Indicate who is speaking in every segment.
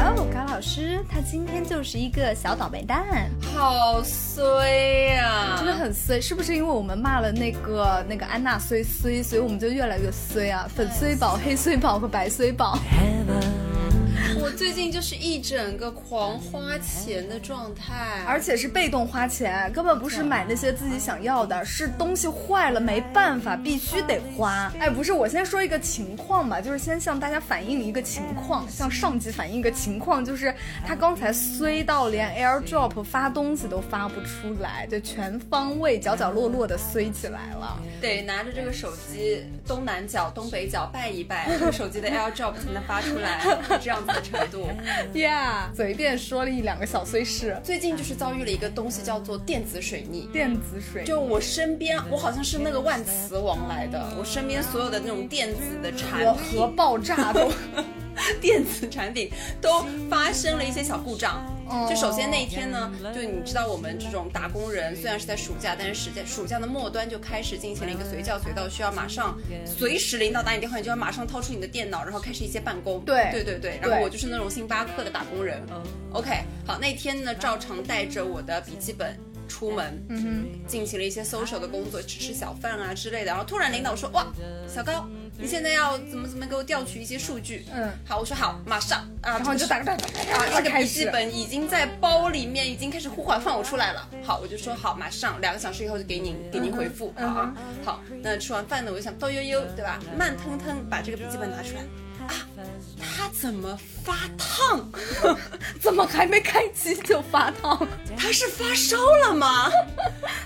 Speaker 1: 哦，高老师，他今天就是一个小倒霉蛋，
Speaker 2: 好衰呀、
Speaker 1: 真 的很衰，是不是因为我们骂了那个那个安娜衰衰，所以我们就越来越衰啊？粉衰宝、黑衰宝和白衰宝。
Speaker 2: 我最近就是一整个狂花钱的状态，
Speaker 1: 而且是被动花钱，根本不是买那些自己想要的，是东西坏了没办法，必须得花。哎，不是，我先说一个情况吧，就是先向大家反映一个情况，向上级反映一个情况，就是他刚才衰到连 AirDrop 发东西都发不出来，就全方位、角角落落的衰起来了。
Speaker 2: 得拿着这个手机东南角、东北角拜一拜，这个手机的 AirDrop 才能发出来，这样子的程 度。
Speaker 1: Yeah，随便说了一两个小碎事，
Speaker 2: 最近就是遭遇了一个东西叫做电子水逆。
Speaker 1: 电子水
Speaker 2: 就我身边，我好像是那个万磁王来的，我身边所有的那种电子的
Speaker 1: 和
Speaker 2: 产
Speaker 1: 核
Speaker 2: 品、
Speaker 1: 爆炸 都。
Speaker 2: 电子产品都发生了一些小故障。就首先那一天呢，就你知道我们这种打工人，虽然是在暑假，但是暑假暑假的末端就开始进行了一个随叫随到，需要马上随时领导打你电话，你就要马上掏出你的电脑，然后开始一些办公。
Speaker 1: 对
Speaker 2: 对对对，然后
Speaker 1: 对
Speaker 2: 我就是那种星巴克的打工人。OK，好，那天呢，照常带着我的笔记本出门，嗯哼，进行了一些 social 的工作，吃吃小饭啊之类的。然后突然领导说，哇，
Speaker 1: 啊
Speaker 2: 小高，你现在要怎么怎么给我调取一些数据？
Speaker 1: 嗯，
Speaker 2: 好，我说好，马上啊，
Speaker 1: 然后你就打个打
Speaker 2: 啊，这个
Speaker 1: 开
Speaker 2: 笔
Speaker 1: 始
Speaker 2: 记本已经在包里面，已经开始呼唤放我出来了。好，我就说好，马上两个小时以后就给您给您回
Speaker 1: 嗯
Speaker 2: 复、好啊。好，那吃完饭呢，我就想豆悠悠对吧，慢腾腾把这个笔记本拿出来啊，它怎么发烫？
Speaker 1: 怎么还没开机就发烫？
Speaker 2: 它是发烧了吗？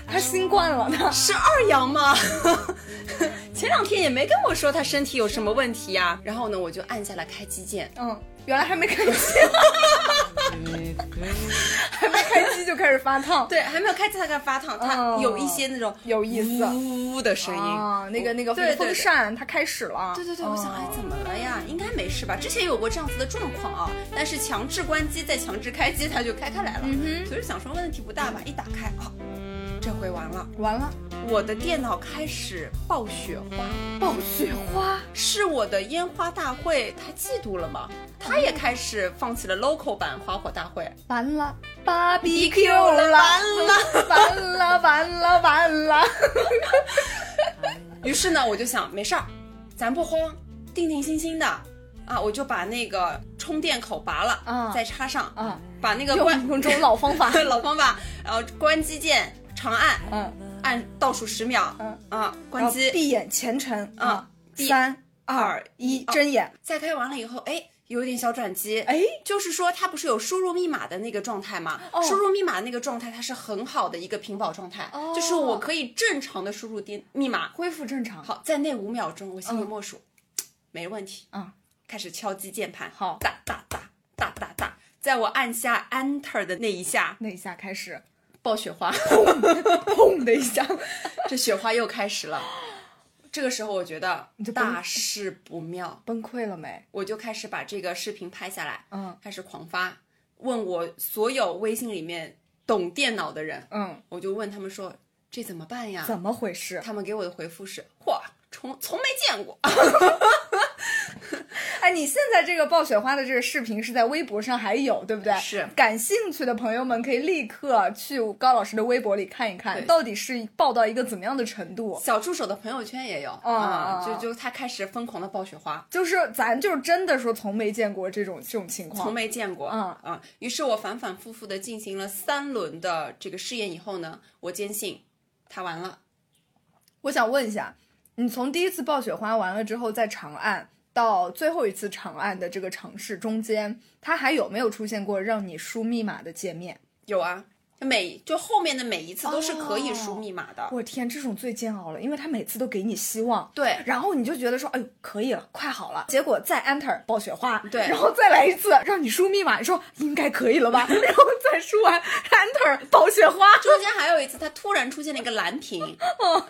Speaker 1: 他新冠了呢。
Speaker 2: 是二阳吗？ 前两天也没跟我说他身体有什么问题呀、然后呢，我就按下了开机键，
Speaker 1: 嗯，原来还没 开机，还没开机就开始发烫，
Speaker 2: 对，还没有开机它开始发烫，它
Speaker 1: 哦
Speaker 2: 有哦一些那种
Speaker 1: 有意思
Speaker 2: 呜的声音
Speaker 1: 啊！那个那个
Speaker 2: 对对对
Speaker 1: 风扇它开始了，
Speaker 2: 对对对，
Speaker 1: 嗯
Speaker 2: 我想，哎，怎么了呀？应该没事吧？之前有过这样子的状况啊，但是强制关机再强制开机，它就开开来了。所以想说问题不大吧，一打开啊，这回完了，
Speaker 1: 完了，
Speaker 2: 我的电脑开始爆雪花，
Speaker 1: 爆雪花，
Speaker 2: 是我的烟花大会，他嫉妒了吗？他
Speaker 1: 嗯
Speaker 2: 也开始放起了 local 版花火大会，
Speaker 1: 完了，BBQ
Speaker 2: 了
Speaker 1: 了，
Speaker 2: 完了
Speaker 1: 完了，完了，完了，
Speaker 2: 于是呢，我就想没事儿，咱不慌，定定心心的啊，我就把那个充电口拔了，
Speaker 1: 啊
Speaker 2: 再插上，
Speaker 1: 啊！
Speaker 2: 把那个关
Speaker 1: 用用这种老方法，
Speaker 2: 老方法，然后关机键长按，
Speaker 1: 嗯，
Speaker 2: 按倒数十秒，
Speaker 1: 嗯
Speaker 2: 啊，
Speaker 1: 然
Speaker 2: 关
Speaker 1: 后
Speaker 2: 机，
Speaker 1: 闭眼虔诚
Speaker 2: 啊，闭哦
Speaker 1: 三
Speaker 2: 二
Speaker 1: 一
Speaker 2: 一，
Speaker 1: 睁眼，
Speaker 2: 再开完了以后，哎，有一点小转机，
Speaker 1: 哎，
Speaker 2: 就是说它不是有输入密码的那个状态吗？
Speaker 1: 哦
Speaker 2: 输入密码那个状态，它是很好的一个屏保状态，
Speaker 1: 哦
Speaker 2: 就是我可以正常的输入电密码。
Speaker 1: 恢复正常，
Speaker 2: 好，在那五秒钟，我心里
Speaker 1: 嗯
Speaker 2: 默数，没问题，
Speaker 1: 嗯，
Speaker 2: 开始敲击键盘，
Speaker 1: 好
Speaker 2: 哒哒哒哒哒哒，在我按下 Enter 的那一下，
Speaker 1: 那一下开始，
Speaker 2: 爆雪花。
Speaker 1: 砰的一下，
Speaker 2: 这雪花又开始了。这个时候，我觉得
Speaker 1: 你就崩
Speaker 2: 大事不妙，
Speaker 1: 崩溃了没？
Speaker 2: 我就开始把这个视频拍下来，
Speaker 1: 嗯
Speaker 2: 开始狂发，问我所有微信里面懂电脑的人，
Speaker 1: 嗯。
Speaker 2: 我就问他们说这怎么办呀？
Speaker 1: 怎么回事？
Speaker 2: 他们给我的回复是：嚯，从从没见过。
Speaker 1: 哎，你现在这个爆雪花的这个视频是在微博上还有，对不对？
Speaker 2: 是
Speaker 1: 感兴趣的朋友们可以立刻去高老师的微博里看一看，
Speaker 2: 对
Speaker 1: 到底是爆到一个怎么样的程度。
Speaker 2: 小助手的朋友圈也有
Speaker 1: 哦
Speaker 2: 啊，
Speaker 1: 哦
Speaker 2: 就
Speaker 1: 哦
Speaker 2: 就他开始疯狂的爆雪花。
Speaker 1: 就是咱就是真的说从没见过这种这种情
Speaker 2: 从
Speaker 1: 况，
Speaker 2: 没见过，
Speaker 1: 嗯
Speaker 2: 啊，于是我反反复复的进行了三轮的这个试验以后呢，我坚信他完了，
Speaker 1: 我想问一下，你从第一次爆雪花完了之后，在长按到最后一次长按的这个尝试中间，它还有没有出现过让你输密码的界面？
Speaker 2: 有啊，就每就后面的每一次都是可
Speaker 1: 哦
Speaker 2: 以输密码的。
Speaker 1: 我天，这种最煎熬了，因为它每次都给你希望，
Speaker 2: 对
Speaker 1: 然后你就觉得说，哎呦，可以了，快好了，结果再 enter 爆雪花，
Speaker 2: 对
Speaker 1: 然后再来一次，让你输密码，你说应该可以了吧，然后再输完 enter 爆雪花，
Speaker 2: 中间还有一次，它突然出现了一个蓝 屏，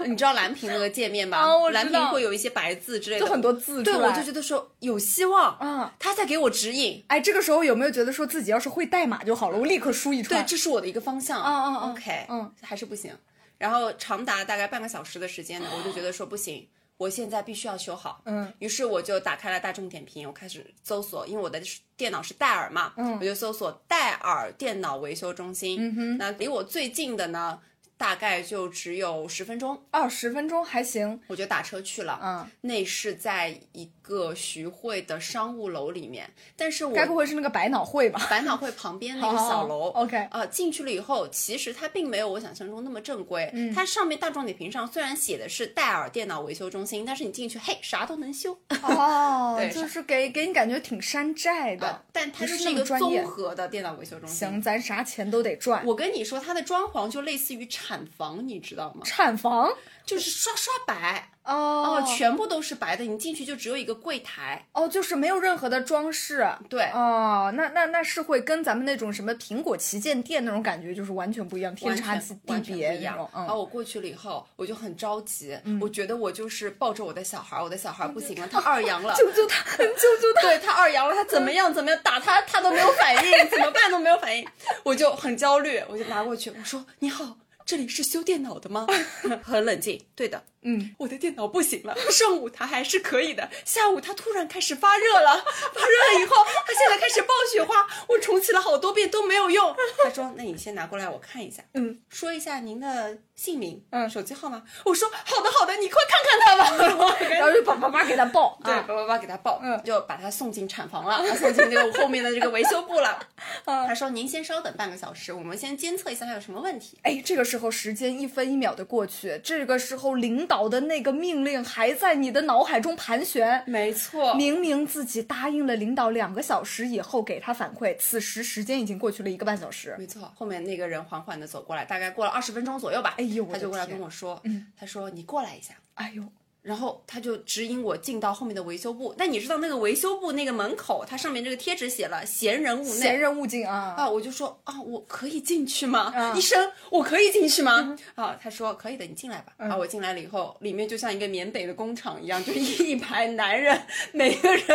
Speaker 2: 你知道蓝屏那个界面吧？
Speaker 1: 哦我知道
Speaker 2: 蓝屏会有一些白字之类的，
Speaker 1: 就很多字出
Speaker 2: 对，
Speaker 1: 来，
Speaker 2: 我就觉得说有希望，
Speaker 1: 嗯，
Speaker 2: 他在给我指引，
Speaker 1: 哎，这个时候有没有觉得说自己要是会代码就好了，我立刻输一
Speaker 2: 对
Speaker 1: 串，，
Speaker 2: 这是我的一个方向。
Speaker 1: 嗯嗯嗯嗯
Speaker 2: o k
Speaker 1: 嗯，
Speaker 2: 还是不行。然后长达大概半个小时的时间呢，我就觉得说不行，我现在必须要修好。
Speaker 1: 嗯，
Speaker 2: 于是我就打开了大众点评，我开始搜索，因为我的电脑是戴尔嘛，嗯，我就搜索戴尔电脑维修中心。嗯哼，那离我最近的呢，大概就只有十分钟，
Speaker 1: 二十分钟还行，
Speaker 2: 我就打车去了。
Speaker 1: 嗯，
Speaker 2: 那是在一个徐汇的商务楼里面，但是我
Speaker 1: 该 不会是那个百脑汇吧？
Speaker 2: 百脑汇旁边那个小楼
Speaker 1: 好好好 ，OK
Speaker 2: 呃，进去了以后，其实它并没有我想象中那么正规。
Speaker 1: 嗯
Speaker 2: 它上面大众点评上虽然写的是戴尔电脑维修中心，但是你进去，嘿，啥都能修。
Speaker 1: 哦
Speaker 2: 对
Speaker 1: 就是给给你感觉挺山寨的，
Speaker 2: 啊但它
Speaker 1: 不
Speaker 2: 就是是
Speaker 1: 那
Speaker 2: 一
Speaker 1: 么
Speaker 2: 个
Speaker 1: 专业
Speaker 2: 综。合的电脑维修中心。
Speaker 1: 行，咱啥钱都得赚。
Speaker 2: 我跟你说，它的装潢就类似于产房，你知道吗？
Speaker 1: 产房
Speaker 2: 就是刷刷白
Speaker 1: 哦
Speaker 2: 哦，全部都是白的，你进去就只有一个柜台。
Speaker 1: 哦，就是没有任何的装饰。
Speaker 2: 对，
Speaker 1: 哦，那那那是会跟咱们那种什么苹果旗舰店那种感觉就是完全不一样，天
Speaker 2: 完
Speaker 1: 差
Speaker 2: 全
Speaker 1: 地
Speaker 2: 完全
Speaker 1: 别
Speaker 2: 不一
Speaker 1: 那
Speaker 2: 样哦
Speaker 1: 种。。
Speaker 2: 然
Speaker 1: 嗯，
Speaker 2: 后我过去了以后，我就很着急，我觉得我就是抱着我的小孩儿，我的小孩儿不行了，他二阳了。
Speaker 1: 哦救救 他，救救他！嗯
Speaker 2: 对他二阳了，他怎么样怎么样打他，他都没有反应，怎么办都没有反应，我就很焦虑，我就拿过去，我说你好，这里是修电脑的吗？ 很冷静，对的，
Speaker 1: 嗯，
Speaker 2: 我的电脑不行了，上午它还是可以的，下午它突然开始发热了，发热了以后，它现在开始爆雪花，我重启了好多遍都没有用。他说：“那你先拿过来我看一下，
Speaker 1: 嗯，
Speaker 2: 说一下您的姓名，
Speaker 1: 嗯
Speaker 2: 手机号码。”我说：“好的好的，你快看看他 吧。”然后我跟
Speaker 1: 然后就叭叭叭给他抱。
Speaker 2: 对，
Speaker 1: 啊
Speaker 2: 叭叭叭给他抱，
Speaker 1: 嗯
Speaker 2: 就把他送进产房了，送进这个后面的这个维修部 了。
Speaker 1: 嗯
Speaker 2: 他说：“您先稍等半个小时，我们先监测一下他有什么问题。”
Speaker 1: 哎，这个时候时间一分一秒的过去，这个时候领导的那个命令还在你的脑海中盘旋。
Speaker 2: 没错
Speaker 1: 明明自己答应了领导两个小时以后给他反馈，此时时间已经过去了一个半小时。
Speaker 2: 没错，后面那个人缓缓的走过来，大概过了二十分钟左右吧。
Speaker 1: 哎呦我的
Speaker 2: 他就过来
Speaker 1: 天嗯
Speaker 2: 跟我说，他说你过来一下，
Speaker 1: 哎呦，
Speaker 2: 然后他就指引我进到后面的维修部。但你知道那个维修部那个门口，它上面这个贴纸写了“闲人勿内”，
Speaker 1: 闲人勿近啊！
Speaker 2: 啊，我就说啊，我可以进去吗？
Speaker 1: 啊
Speaker 2: 医生，我可以进去吗？
Speaker 1: 嗯
Speaker 2: 啊，他说可以的，你进来吧。啊，我进来了以后，里面就像一个缅北的工厂一样，就是一一排男人，每个人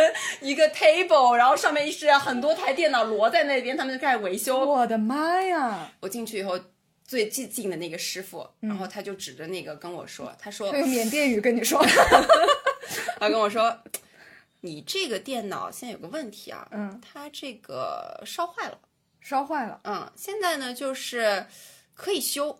Speaker 2: 一个 table，然后上面是很多台电脑摞在那边，他们就开始维修。
Speaker 1: 我的妈呀，
Speaker 2: 我进去以后。最最近的那个师傅，然后他就指着那个跟我说，他说
Speaker 1: 他用缅甸语跟你说，
Speaker 2: 他跟我说，你这个电脑现在有个问题啊，
Speaker 1: 嗯，
Speaker 2: 它这个烧坏了。
Speaker 1: 烧坏了。
Speaker 2: 嗯，现在呢就是可以修，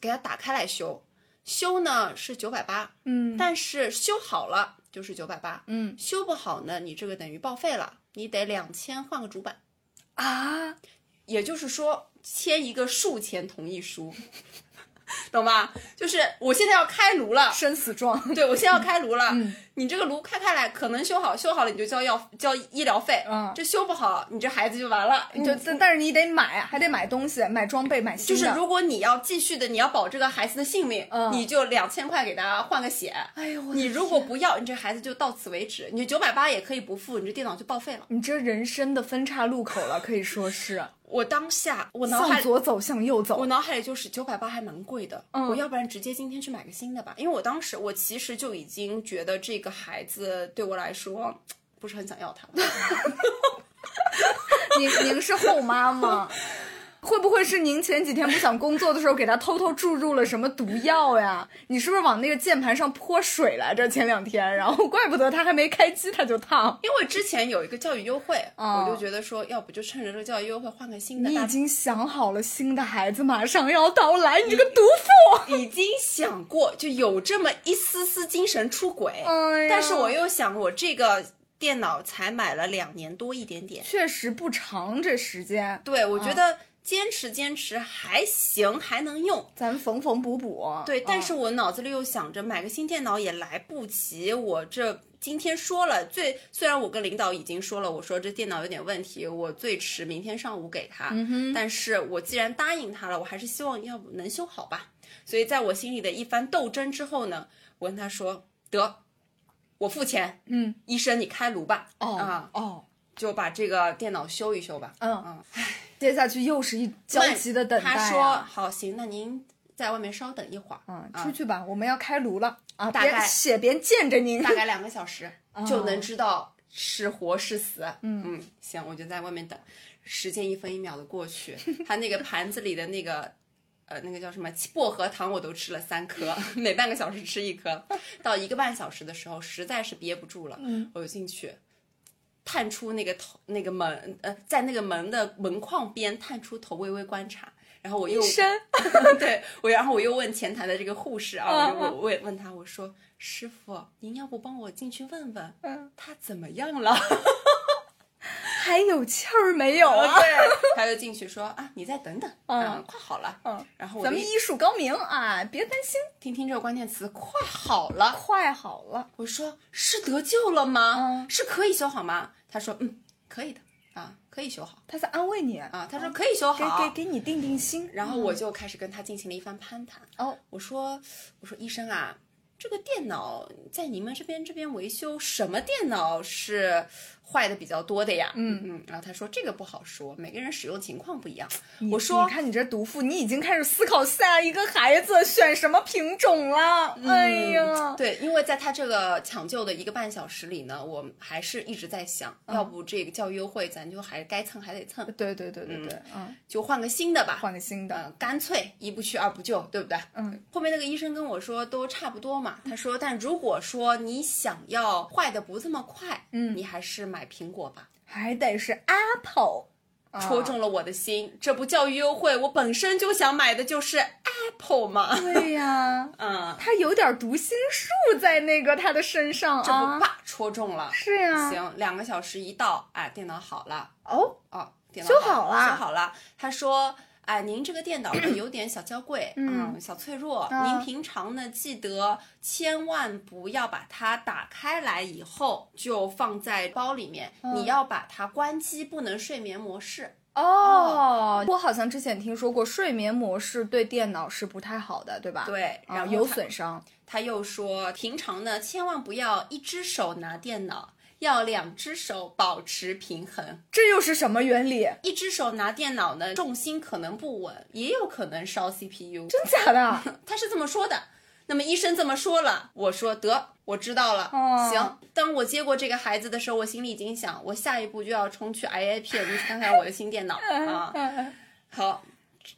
Speaker 2: 给它打开来修，修呢是九百八，
Speaker 1: 嗯
Speaker 2: 但是修好了就是九百八，
Speaker 1: 嗯
Speaker 2: 修不好呢，你这个等于报废了，你得两千换个主板，
Speaker 1: 啊，
Speaker 2: 也就是说签一个术前同意书， 懂吧？就是我现在要开炉了。
Speaker 1: 生死状。
Speaker 2: 对，我现在要开炉了，
Speaker 1: 嗯
Speaker 2: 你这个炉开开来，可能修好，修好了你就交药交医疗费，
Speaker 1: 嗯
Speaker 2: 这修不好，你这孩子就完了，你
Speaker 1: 就但但是你得买，还得买东西，买装备，
Speaker 2: 嗯
Speaker 1: 买
Speaker 2: 就
Speaker 1: 新的。
Speaker 2: 是如果你要继续的，你要保这个孩子的性命，
Speaker 1: 嗯
Speaker 2: 你就两千块给他换个血。
Speaker 1: 哎呦我的
Speaker 2: 你如果不要，你这孩子就到此为止，你九百八也可以不付，你这电脑就报废了。
Speaker 1: 你这人生的分岔路口了，可以说是
Speaker 2: 我当下我脑海
Speaker 1: 向左走，向右走
Speaker 2: 我。脑海里就是九百八还蛮贵的，
Speaker 1: 嗯
Speaker 2: 我要不然直接今天去买个新的吧，因为我当时我其实就已经觉得这个孩子对我来说不是很想要他了。
Speaker 1: 您您是后妈吗？会不会是您前几天不想工作的时候，给他偷偷注入了什么毒药呀？你是不是往那个键盘上泼水来着？前两天，然后怪不得他还没开机他就烫。
Speaker 2: 因为之前有一个教育优惠，
Speaker 1: 哦
Speaker 2: 我就觉得说，要不就趁着这个教育优惠换个新的
Speaker 1: 你
Speaker 2: 大
Speaker 1: 已经想好了新的孩子马上要到来，你这个毒妇！
Speaker 2: 已经想过，就有这么一丝丝精神出轨，
Speaker 1: 哎呀
Speaker 2: 但是我又想，我这个电脑才买了两年多一点点，
Speaker 1: 确实不长这时间，
Speaker 2: 对我觉得坚持坚持还行，还能用。
Speaker 1: 咱缝缝补补。
Speaker 2: 对，
Speaker 1: 嗯
Speaker 2: 但是我脑子里又想着买个新电脑也来不及，我这今天说了，最虽然我跟领导已经说了，我说这电脑有点问题，我最迟明天上午给他，
Speaker 1: 嗯
Speaker 2: 但是我既然答应他了，我还是希望要不能修好吧。所以在我心里的一番斗争之后呢，我跟他说得，我付钱，
Speaker 1: 嗯，
Speaker 2: 医生你开炉吧，
Speaker 1: 哦
Speaker 2: 啊，
Speaker 1: 哦，
Speaker 2: 就把这个电脑修一修吧，
Speaker 1: 嗯
Speaker 2: 嗯。
Speaker 1: 接下去又是一焦急的等待、啊
Speaker 2: 他说：“，好，行，那您在外面稍等一会儿，
Speaker 1: 嗯，出去吧，我们要开炉了啊！
Speaker 2: 大
Speaker 1: 别
Speaker 2: 概
Speaker 1: 且别见着您。
Speaker 2: 大概两个小时
Speaker 1: 嗯
Speaker 2: 就能知道是活是死。”嗯行，我就在外面等，时间一分一秒的过去， 他那个盘子里的那个。呃，那个叫什么薄荷糖，我都吃了三颗， 每半个小时吃一颗。到一个半小时的时候，实在是憋不住了，
Speaker 1: 嗯
Speaker 2: 我就进去，探出那个头那个门，呃，在那个门的门框边探出头，微微观察。然后我又
Speaker 1: 生
Speaker 2: 对我，然后我又问前台的这个护士啊，
Speaker 1: 嗯
Speaker 2: 我又问问他，我说师傅，您要不帮我进去问问，
Speaker 1: 嗯
Speaker 2: 他怎么样了？
Speaker 1: 哦还有气儿没有啊？
Speaker 2: 他就进去说啊，你再等等，啊，快好了。
Speaker 1: 嗯
Speaker 2: 然后我
Speaker 1: 咱
Speaker 2: 就
Speaker 1: 们
Speaker 2: 一
Speaker 1: 医术高明啊，别担心，
Speaker 2: 听听这个关键词，快好了。
Speaker 1: 快好了。
Speaker 2: 我说是得救了吗？
Speaker 1: 嗯
Speaker 2: 是可以修好吗？他说嗯，可以的啊，可以修好
Speaker 1: 他在安慰你，
Speaker 2: 啊。他说可以修好，
Speaker 1: 嗯给给给你定定心。
Speaker 2: 然后我就开始跟他进行了一番攀谈。
Speaker 1: 嗯哦，
Speaker 2: 我说，我说医生啊，这个电脑在你们这边这边维修，什么电脑是坏的比较多的呀？嗯嗯。然后他说这个不好说，每个人使用情况不一样。我
Speaker 1: 你
Speaker 2: 说
Speaker 1: 看你这毒妇，你已经开始思考下一个孩子选什么品种了。哎呀，
Speaker 2: 对，因为在他这个抢救的一个半小时里呢，我还是一直在想，
Speaker 1: 嗯
Speaker 2: 要不这个叫优惠，咱就还该蹭还得蹭，
Speaker 1: 对对对对对，嗯，
Speaker 2: 就换个新的吧。
Speaker 1: 换个新的。
Speaker 2: 呃，干脆一不去二不就，对不对？
Speaker 1: 嗯。
Speaker 2: 后面那个医生跟我说都差不多嘛，他说，但如果说你想要坏的不这么快，嗯，你还是买苹果吧。
Speaker 1: 还得是 Apple，
Speaker 2: 戳中了我的心，这不教育优惠，我本身就想买的就是 Apple 嘛。
Speaker 1: 对呀，
Speaker 2: 嗯，
Speaker 1: 他有点读心术在那个他的身上
Speaker 2: 这不
Speaker 1: 啊，
Speaker 2: 啪戳中了。
Speaker 1: 是啊呀，
Speaker 2: 行，两个小时一到，哎，电脑好了，
Speaker 1: 哦，
Speaker 2: 哦，电脑
Speaker 1: 修
Speaker 2: 好
Speaker 1: 好了
Speaker 2: 修好了。他说。哎，您这个电脑呢有点小娇贵，嗯，小脆弱。
Speaker 1: 啊
Speaker 2: 您平常呢记得千万不要把它打开来以后就放在包里面，
Speaker 1: 嗯
Speaker 2: 你要把它关机，不能睡眠模式。
Speaker 1: 哦，我好像之前听说过，睡眠模式对电脑是不太好的，对吧？
Speaker 2: 对，
Speaker 1: 啊，
Speaker 2: 然后
Speaker 1: 有
Speaker 2: 他
Speaker 1: 损伤。
Speaker 2: 他又说，平常呢千万不要一只手拿电脑，要两只手保持平衡。
Speaker 1: 这又是什么 原理？
Speaker 2: 一只手拿电脑呢，重心可能不稳，也有可能烧 CPU。
Speaker 1: 真假的？
Speaker 2: 他是这么说的。那么医生这么说了，我说得，我知道了。
Speaker 1: 哦
Speaker 2: 行，当我接过这个孩子的时候，我心里已经想，我下一步就要冲去 IAP，你看看我的新电脑啊。好，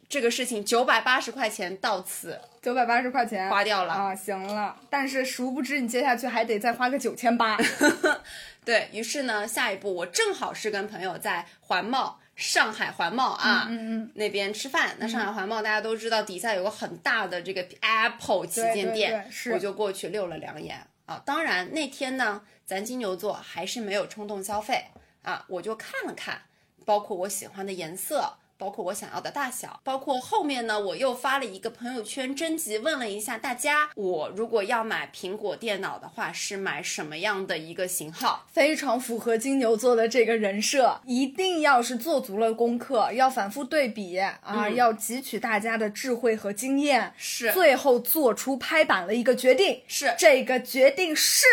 Speaker 2: 这个事情九百八十块钱到此
Speaker 1: 九百八十块钱
Speaker 2: 花掉了。
Speaker 1: 啊，行了。但是殊不知你接下去还得再花个九 千八。
Speaker 2: 对于是呢，下一步我正好是跟朋友在环贸。上海环贸啊，嗯嗯那边吃饭。那
Speaker 1: 嗯
Speaker 2: 上海环贸大家都知道，底下有个很大的这个 Apple 旗舰店，
Speaker 1: 对对是
Speaker 2: 我就过去溜了两眼啊。当然那天呢，咱金牛座还是没有冲动消费啊，我就看了看，包括我喜欢的颜色，包括我想要的大小，包括后面呢，我又发了一个朋友圈征集，问了一下大家，我如果要买苹果电脑的话，是买什么样的一个型号？
Speaker 1: 非常符合金牛座的这个人设，一定要是做足了功课，要反复对比啊，要汲取大家的智慧和经验，
Speaker 2: 嗯是
Speaker 1: 最后做出拍板了一个决定。
Speaker 2: 是
Speaker 1: 这个决定是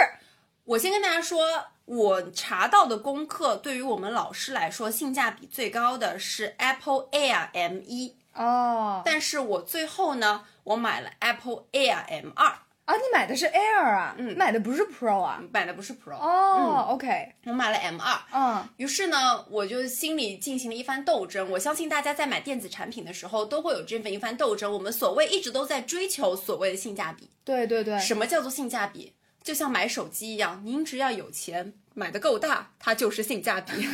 Speaker 2: 我先跟大家说，我查到的功课对于我们老师来说，性价比最高的是 Apple Air M 一，
Speaker 1: 哦
Speaker 2: 但是我最后呢，我买了 Apple Air M 二，
Speaker 1: 啊，你买的是 Air 啊，嗯买的不是 Pro 啊。
Speaker 2: 买的不是 Pro，、嗯
Speaker 1: 哦、o k
Speaker 2: 我买了 M 二。
Speaker 1: 嗯，
Speaker 2: 于是呢，我就心里进行了一番斗争。我相信大家在买电子产品的时候，都会有这份一番斗争。我们所谓一直都在追求所谓的性价比，
Speaker 1: 对对对，
Speaker 2: 什么叫做性价比？就像买手机一样，您只要有钱，买的够大，它就是性价比。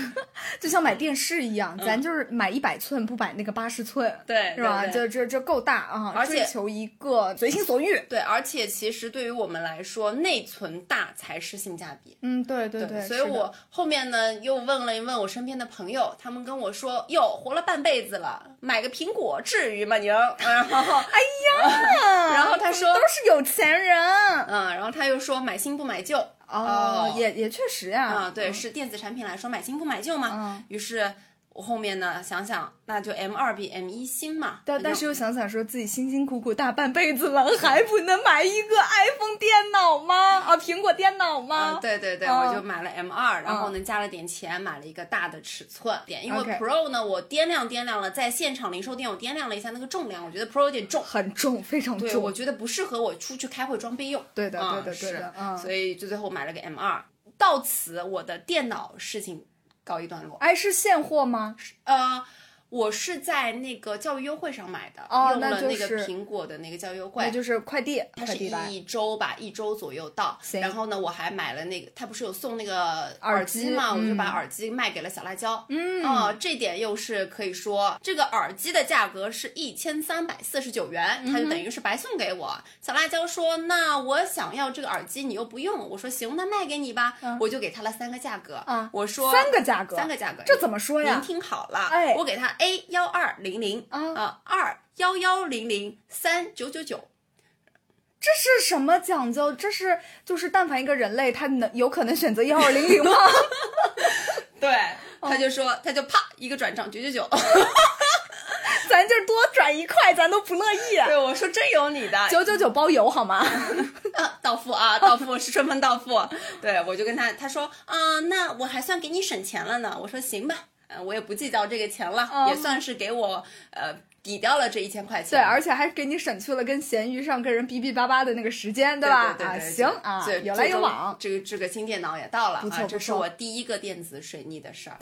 Speaker 1: 就像买电视一样，咱就是买一百寸，不买那个八十寸，
Speaker 2: 嗯对
Speaker 1: 是吧？
Speaker 2: 对对
Speaker 1: 这这这够大啊！
Speaker 2: 而且
Speaker 1: 追求一个随心所欲。
Speaker 2: 对，而且其实对于我们来说，内存大才是性价比。
Speaker 1: 嗯，对对对，
Speaker 2: 所以
Speaker 1: 是的
Speaker 2: 我后面呢又问了一问我身边的朋友，他们跟我说，哟，活了半辈子了，买个苹果至于吗您？然 后，然后他说
Speaker 1: 啊都是有钱人
Speaker 2: 嗯，然后他又说买新不买旧。
Speaker 1: 哦，也也确实呀，
Speaker 2: 啊，对，是电子产品来说，买新不买旧嘛。
Speaker 1: 嗯
Speaker 2: 于是我后面呢想想，那就 M 二比 M 一新嘛。
Speaker 1: 但
Speaker 2: 那
Speaker 1: 但
Speaker 2: 就是
Speaker 1: 又想想说自己辛辛苦苦大半辈子了，还不能买一个 iPhone 电脑吗？啊，苹果电脑
Speaker 2: 啊
Speaker 1: 吗？，
Speaker 2: 对对对，
Speaker 1: 哦
Speaker 2: 我就买了 M 二，然后呢加了点钱，买了一个大的尺寸点，因为
Speaker 1: OK
Speaker 2: Pro 呢，我掂量掂量了，在现场零售店我掂量了一下那个重量，我觉得 Pro 有点重。
Speaker 1: 很重，非常
Speaker 2: 对，我
Speaker 1: 重。
Speaker 2: 觉得不适合我出去开会装备用。
Speaker 1: 对的
Speaker 2: 啊
Speaker 1: 对的对
Speaker 2: 是
Speaker 1: 的嗯
Speaker 2: 所以就最后买了个 M 二。到此，我的电脑事情告一段落。
Speaker 1: 哎，是现货吗？
Speaker 2: 呃，我是在那个教育优惠上买的，
Speaker 1: 哦
Speaker 2: 用
Speaker 1: 那
Speaker 2: 了
Speaker 1: 就
Speaker 2: 那个
Speaker 1: 是
Speaker 2: 苹果的那个教育优惠
Speaker 1: 那，就是快递，
Speaker 2: 它
Speaker 1: 快
Speaker 2: 是
Speaker 1: 递吧。
Speaker 2: 一周吧，一周左右到。
Speaker 1: 行
Speaker 2: 然后呢，我还买了那个，它不是有送那个
Speaker 1: 耳
Speaker 2: 耳
Speaker 1: 机
Speaker 2: 机嘛，我就把
Speaker 1: 嗯
Speaker 2: 耳机卖给了小辣椒。嗯，哦、这点又是可以说，这个耳机的价格是一千三百四十九元，
Speaker 1: 嗯
Speaker 2: 它就等于是白送给我。小辣椒说：“那我想要这个耳机，你又不用。”我说：“行，那卖给你吧。我就给他了三个价格。
Speaker 1: 嗯啊
Speaker 2: 我说
Speaker 1: 三个价格
Speaker 2: 三个价格，
Speaker 1: 这怎么说呀
Speaker 2: 您听好了，
Speaker 1: 哎
Speaker 2: 我给他 A 幺二零零
Speaker 1: 啊
Speaker 2: 啊，二幺幺零零三九九九。
Speaker 1: 这是什么讲究？这是就是，但凡一个人类，他能有可能选择幺二零零吗？
Speaker 2: 对，他就说，他就啪一个转账九九九。
Speaker 1: 咱就是多转一块，咱都不乐意。 啊
Speaker 2: 对我说真有你的，
Speaker 1: 九九九包邮好吗？
Speaker 2: 啊到付啊，到付是春风到付。对我就跟他，他说啊、那我还算给你省钱了呢。我说行吧，呃，我也不计较这个钱了，也算是给我呃抵掉了这一千块钱。
Speaker 1: 对，而且还给你省去了跟闲鱼上跟人哔哔叭叭的那个时间，
Speaker 2: 对
Speaker 1: 吧？
Speaker 2: 对对
Speaker 1: 啊，
Speaker 2: 对
Speaker 1: 行啊
Speaker 2: 最，
Speaker 1: 有来有
Speaker 2: 最终
Speaker 1: 往。
Speaker 2: 这个这个新电脑也到了
Speaker 1: 不错
Speaker 2: 啊，
Speaker 1: 不
Speaker 2: 这是
Speaker 1: 错
Speaker 2: 我第一个电子水逆的事儿。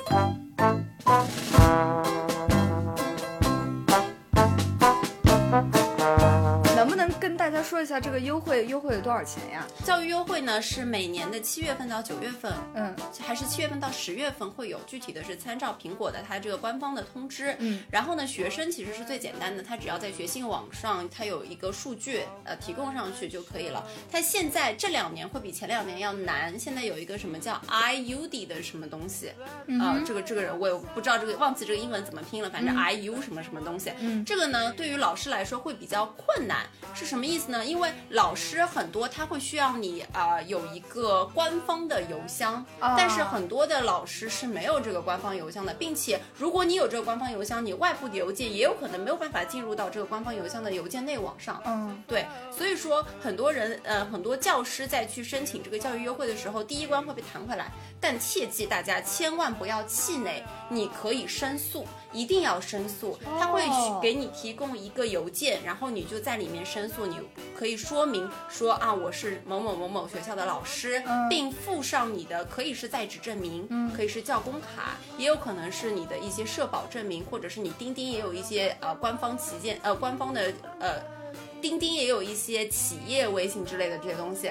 Speaker 1: 能不能跟大家说一下这个优惠优惠有多少钱呀？
Speaker 2: 教育优惠呢是每年的七月份到九月份，
Speaker 1: 嗯，
Speaker 2: 还是七月份到十月份会有，具体的是参照苹果的它这个官方的通知。
Speaker 1: 嗯，
Speaker 2: 然后呢，学生其实是最简单的，他只要在学信网上，它有一个数据呃提供上去就可以了。它现在这两年会比前两年要难，现在有一个什么叫 IUD 的什么东西啊、这个这个人我也不知道这个忘记这个英文怎么拼了，反正 IU 什么什么东西。
Speaker 1: 嗯
Speaker 2: 这个呢对于老师来说会比较困难，是什么意思呢？因为老师很多他会需要你啊、呃有一个官方的邮箱，
Speaker 1: 啊
Speaker 2: 但是很多的老师是没有这个官方邮箱的，并且如果你有这个官方邮箱，你外部的邮件也有可能没有办法进入到这个官方邮箱的邮件内网上。
Speaker 1: 嗯，
Speaker 2: 对，所以说很多人，呃，很多教师在去申请这个教育优惠的时候，第一关会被弹回来，但切记大家千万不要气馁，你可以申诉，一定要申诉，他会
Speaker 1: 哦
Speaker 2: 给你提供一个邮件，然后你就在里面申诉，你可以说明说啊，我是某某某某学校的老师，
Speaker 1: 嗯
Speaker 2: 并附上你的可以是在职证明，可以是教工卡，也有可能是你的一些社保证明，或者是你钉钉也有一些呃官方旗舰呃官方的呃。钉钉也有一些企业微信之类的这些东西，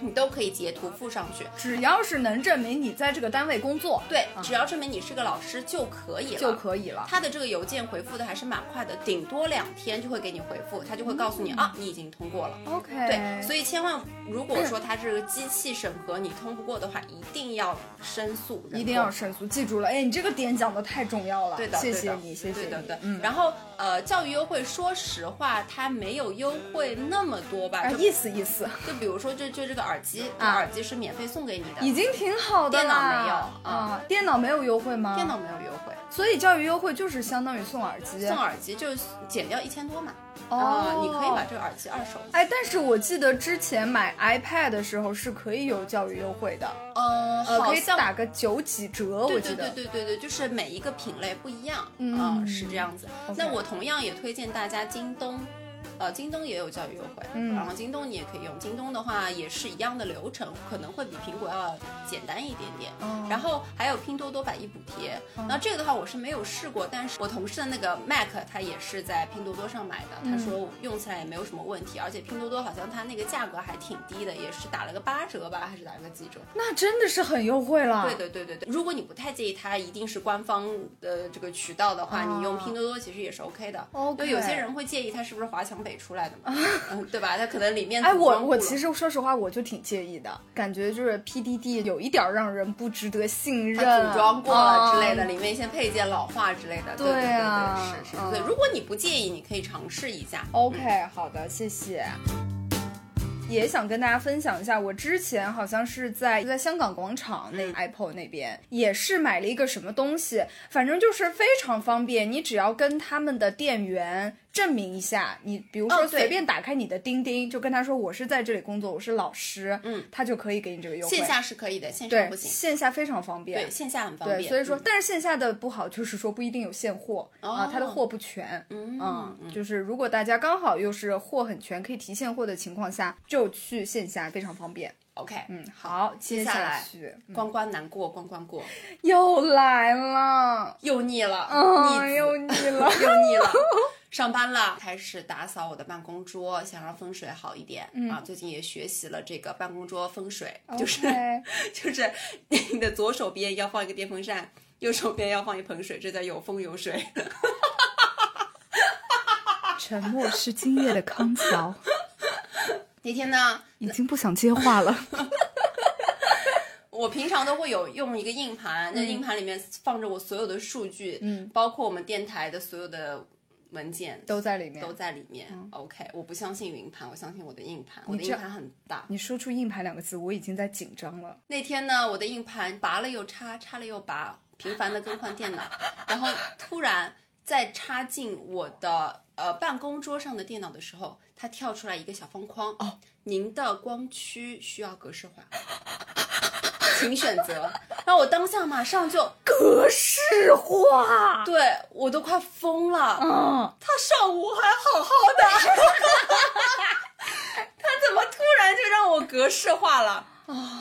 Speaker 2: 你都可以截图附上去。
Speaker 1: 只要是能证明你在这个单位工作，
Speaker 2: 对，只要证明你是个老师就可以了。
Speaker 1: 嗯就可以了。
Speaker 2: 他的这个邮件回复的还是蛮快的，顶多两天就会给你回复，他就会告诉
Speaker 1: 嗯
Speaker 2: 你、啊，你已经通过了。
Speaker 1: OK，
Speaker 2: 对，所
Speaker 1: 以
Speaker 2: 以千万，如果
Speaker 1: 嗯
Speaker 2: 说他这个机器审核你通不过的话，一定要申诉，
Speaker 1: 一定要申诉，记住了。哎，你这个点讲的太重要了，
Speaker 2: 对的，
Speaker 1: 谢
Speaker 2: 对
Speaker 1: 谢
Speaker 2: 的
Speaker 1: 你，谢谢
Speaker 2: 对的，
Speaker 1: 你。嗯
Speaker 2: 对。然后呃，教育优惠，说实话，它没有优惠那么多吧，
Speaker 1: 啊，
Speaker 2: 就
Speaker 1: 意思意思，
Speaker 2: 就比如说就就这个耳机，这
Speaker 1: 啊
Speaker 2: 耳机是免费送给你的，
Speaker 1: 已经挺好的
Speaker 2: 电脑没有
Speaker 1: 啦啊，电脑没有优惠吗？
Speaker 2: 电脑没有优惠，
Speaker 1: 所以教育优惠就是相当于送耳机，
Speaker 2: 送耳机就是减掉一千多嘛，
Speaker 1: 哦
Speaker 2: 啊，你可以把这个耳机二手。
Speaker 1: 哎，但是我记得之前买 iPad 的时候是可以有教育优惠的，
Speaker 2: 呃，
Speaker 1: 呃，
Speaker 2: 好
Speaker 1: 可以
Speaker 2: 像
Speaker 1: 打个九几折，我
Speaker 2: 对
Speaker 1: 记
Speaker 2: 对对
Speaker 1: 得。
Speaker 2: 对对对，就是每一个品类不一样，
Speaker 1: 嗯
Speaker 2: 啊是这样子
Speaker 1: OK。
Speaker 2: 那我同样也推荐大家京东。呃，京东也有教育优惠，
Speaker 1: 嗯
Speaker 2: 然后京东你也可以用。京东的话也是一样的流程，可能会比苹果要简单一点点。
Speaker 1: 哦
Speaker 2: 然后还有拼多多百亿补贴，
Speaker 1: 嗯
Speaker 2: 那这个的话我是没有试过，但是我同事的那个 Mac 他也是在拼多多上买的，
Speaker 1: 嗯
Speaker 2: 他说用起来也没有什么问题，而且拼多多好像它那个价格还挺低的，也是打了个八折吧，还是打了个几折？
Speaker 1: 那真的是很优惠了。
Speaker 2: 对的，对对对。如果你不太介意它一定是官方的这个渠道的话，
Speaker 1: 哦
Speaker 2: 你用拼多多其实也是 OK 的。
Speaker 1: OK
Speaker 2: 因为有些人会介意它是不是华强北出来的 嘛，嗯，对吧？它可能里面
Speaker 1: 哎，
Speaker 2: 组
Speaker 1: 我
Speaker 2: 装
Speaker 1: 我
Speaker 2: 不
Speaker 1: 其
Speaker 2: 拢
Speaker 1: 实说实话，我就挺介意的，感觉就是 PDD 有一点儿让人不值得信任，
Speaker 2: 它组装过了之类的，
Speaker 1: 啊嗯
Speaker 2: 里面一些配件老化之类的。对
Speaker 1: 对
Speaker 2: 对
Speaker 1: 啊
Speaker 2: 对，是是。对，
Speaker 1: 嗯
Speaker 2: 如果你不介意，你可以尝试一下。
Speaker 1: OK，好的，谢谢。也想跟大家分享一下，我之前好像是在在香港广场那 Apple 那边，也是买了一个什么东西，反正就是非常方便，你只要跟他们的店员证明一下，你比如说
Speaker 2: 哦对
Speaker 1: 随便打开你的钉钉，就跟他说我是在这里工作，我是老师，
Speaker 2: 嗯，
Speaker 1: 他就可以给你这个优惠。
Speaker 2: 线下是可以的，线上
Speaker 1: 对
Speaker 2: 不行。
Speaker 1: 线下非常方便，
Speaker 2: 对，线下很方
Speaker 1: 对，
Speaker 2: 便。
Speaker 1: 所以说，
Speaker 2: 嗯
Speaker 1: 但是线下的不好就是说不一定有现货啊
Speaker 2: 哦，
Speaker 1: 它的货不全。
Speaker 2: 嗯
Speaker 1: 就是如果大家刚好又是货很全，可以提现货的情况下，就去线下非常方便。
Speaker 2: OK，
Speaker 1: 嗯，好，接
Speaker 2: 接下来
Speaker 1: 去嗯
Speaker 2: 关关难过关关过，
Speaker 1: 又来了，
Speaker 2: 又腻了，
Speaker 1: 嗯，
Speaker 2: 腻
Speaker 1: 又腻了
Speaker 2: 。又腻 了。上班了，开始打扫我的办公桌，想让风水好一点、
Speaker 1: 嗯
Speaker 2: 啊。最近也学习了这个办公桌风水，就是
Speaker 1: OK
Speaker 2: 就是你的左手边要放一个电风扇，右手边要放一盆水，这叫有风有水。
Speaker 3: 沉默是今夜的康桥，
Speaker 2: 那天呢，
Speaker 3: 已经不想接话了。
Speaker 2: 我平常都会有用一个硬盘，
Speaker 1: 嗯
Speaker 2: 那硬盘里面放着我所有的数据，嗯，包括我们电台的所有的文件
Speaker 1: 都在里面嗯
Speaker 2: 都。在里面。OK，我不相信云盘，我相信我的硬盘，
Speaker 1: 你
Speaker 2: 我的
Speaker 1: 这
Speaker 2: 硬盘很大。
Speaker 1: 你说出“硬盘”两个字，我已经在紧张了。
Speaker 2: 那天呢，我的硬盘拔了又插，插了又拔，频繁的更换电脑，然后突然在插进我的呃办公桌上的电脑的时候，它跳出来一个小方框，哦，您的光驱需要格式 化，请选择。然后我当下马上就
Speaker 1: 格式化，
Speaker 2: 对我都快疯了，
Speaker 1: 嗯，
Speaker 2: 他上午还好好的，他怎么突然就让我格式化了？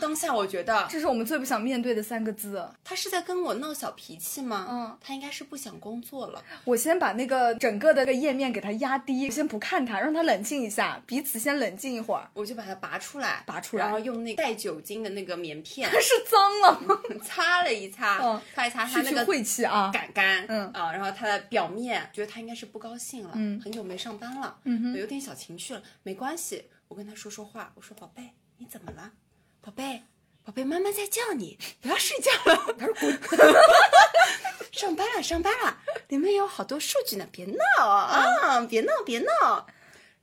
Speaker 2: 当下我觉得
Speaker 1: 这是我们最不想面对的三个字。
Speaker 2: 他是在跟我闹小脾气吗？
Speaker 1: 嗯，
Speaker 2: 他应该是不想工作了。
Speaker 1: 我先把那个整个的这个页面给它压低，先不看它，让它冷静一下，彼此先冷静一会儿。
Speaker 2: 我就把它拔出来，
Speaker 1: 拔出来
Speaker 2: 然后用那个带酒精的那个棉片
Speaker 1: 是脏了吗？
Speaker 2: 擦了一擦，
Speaker 1: 嗯
Speaker 2: 擦一擦它
Speaker 1: 去
Speaker 2: 那
Speaker 1: 去
Speaker 2: 个
Speaker 1: 晦气啊！
Speaker 2: 杆杆，
Speaker 1: 嗯
Speaker 2: 啊，然后他的表面觉得他应该是不高兴了，嗯，很久没上班了，嗯有点小情绪了，没关系，我跟他说说话，我说宝贝，你怎么了？宝贝，宝贝，妈妈在叫你，不要睡觉了， 他说滚。上班了，上班了，里面有好多数据呢，别闹啊，别闹，别闹。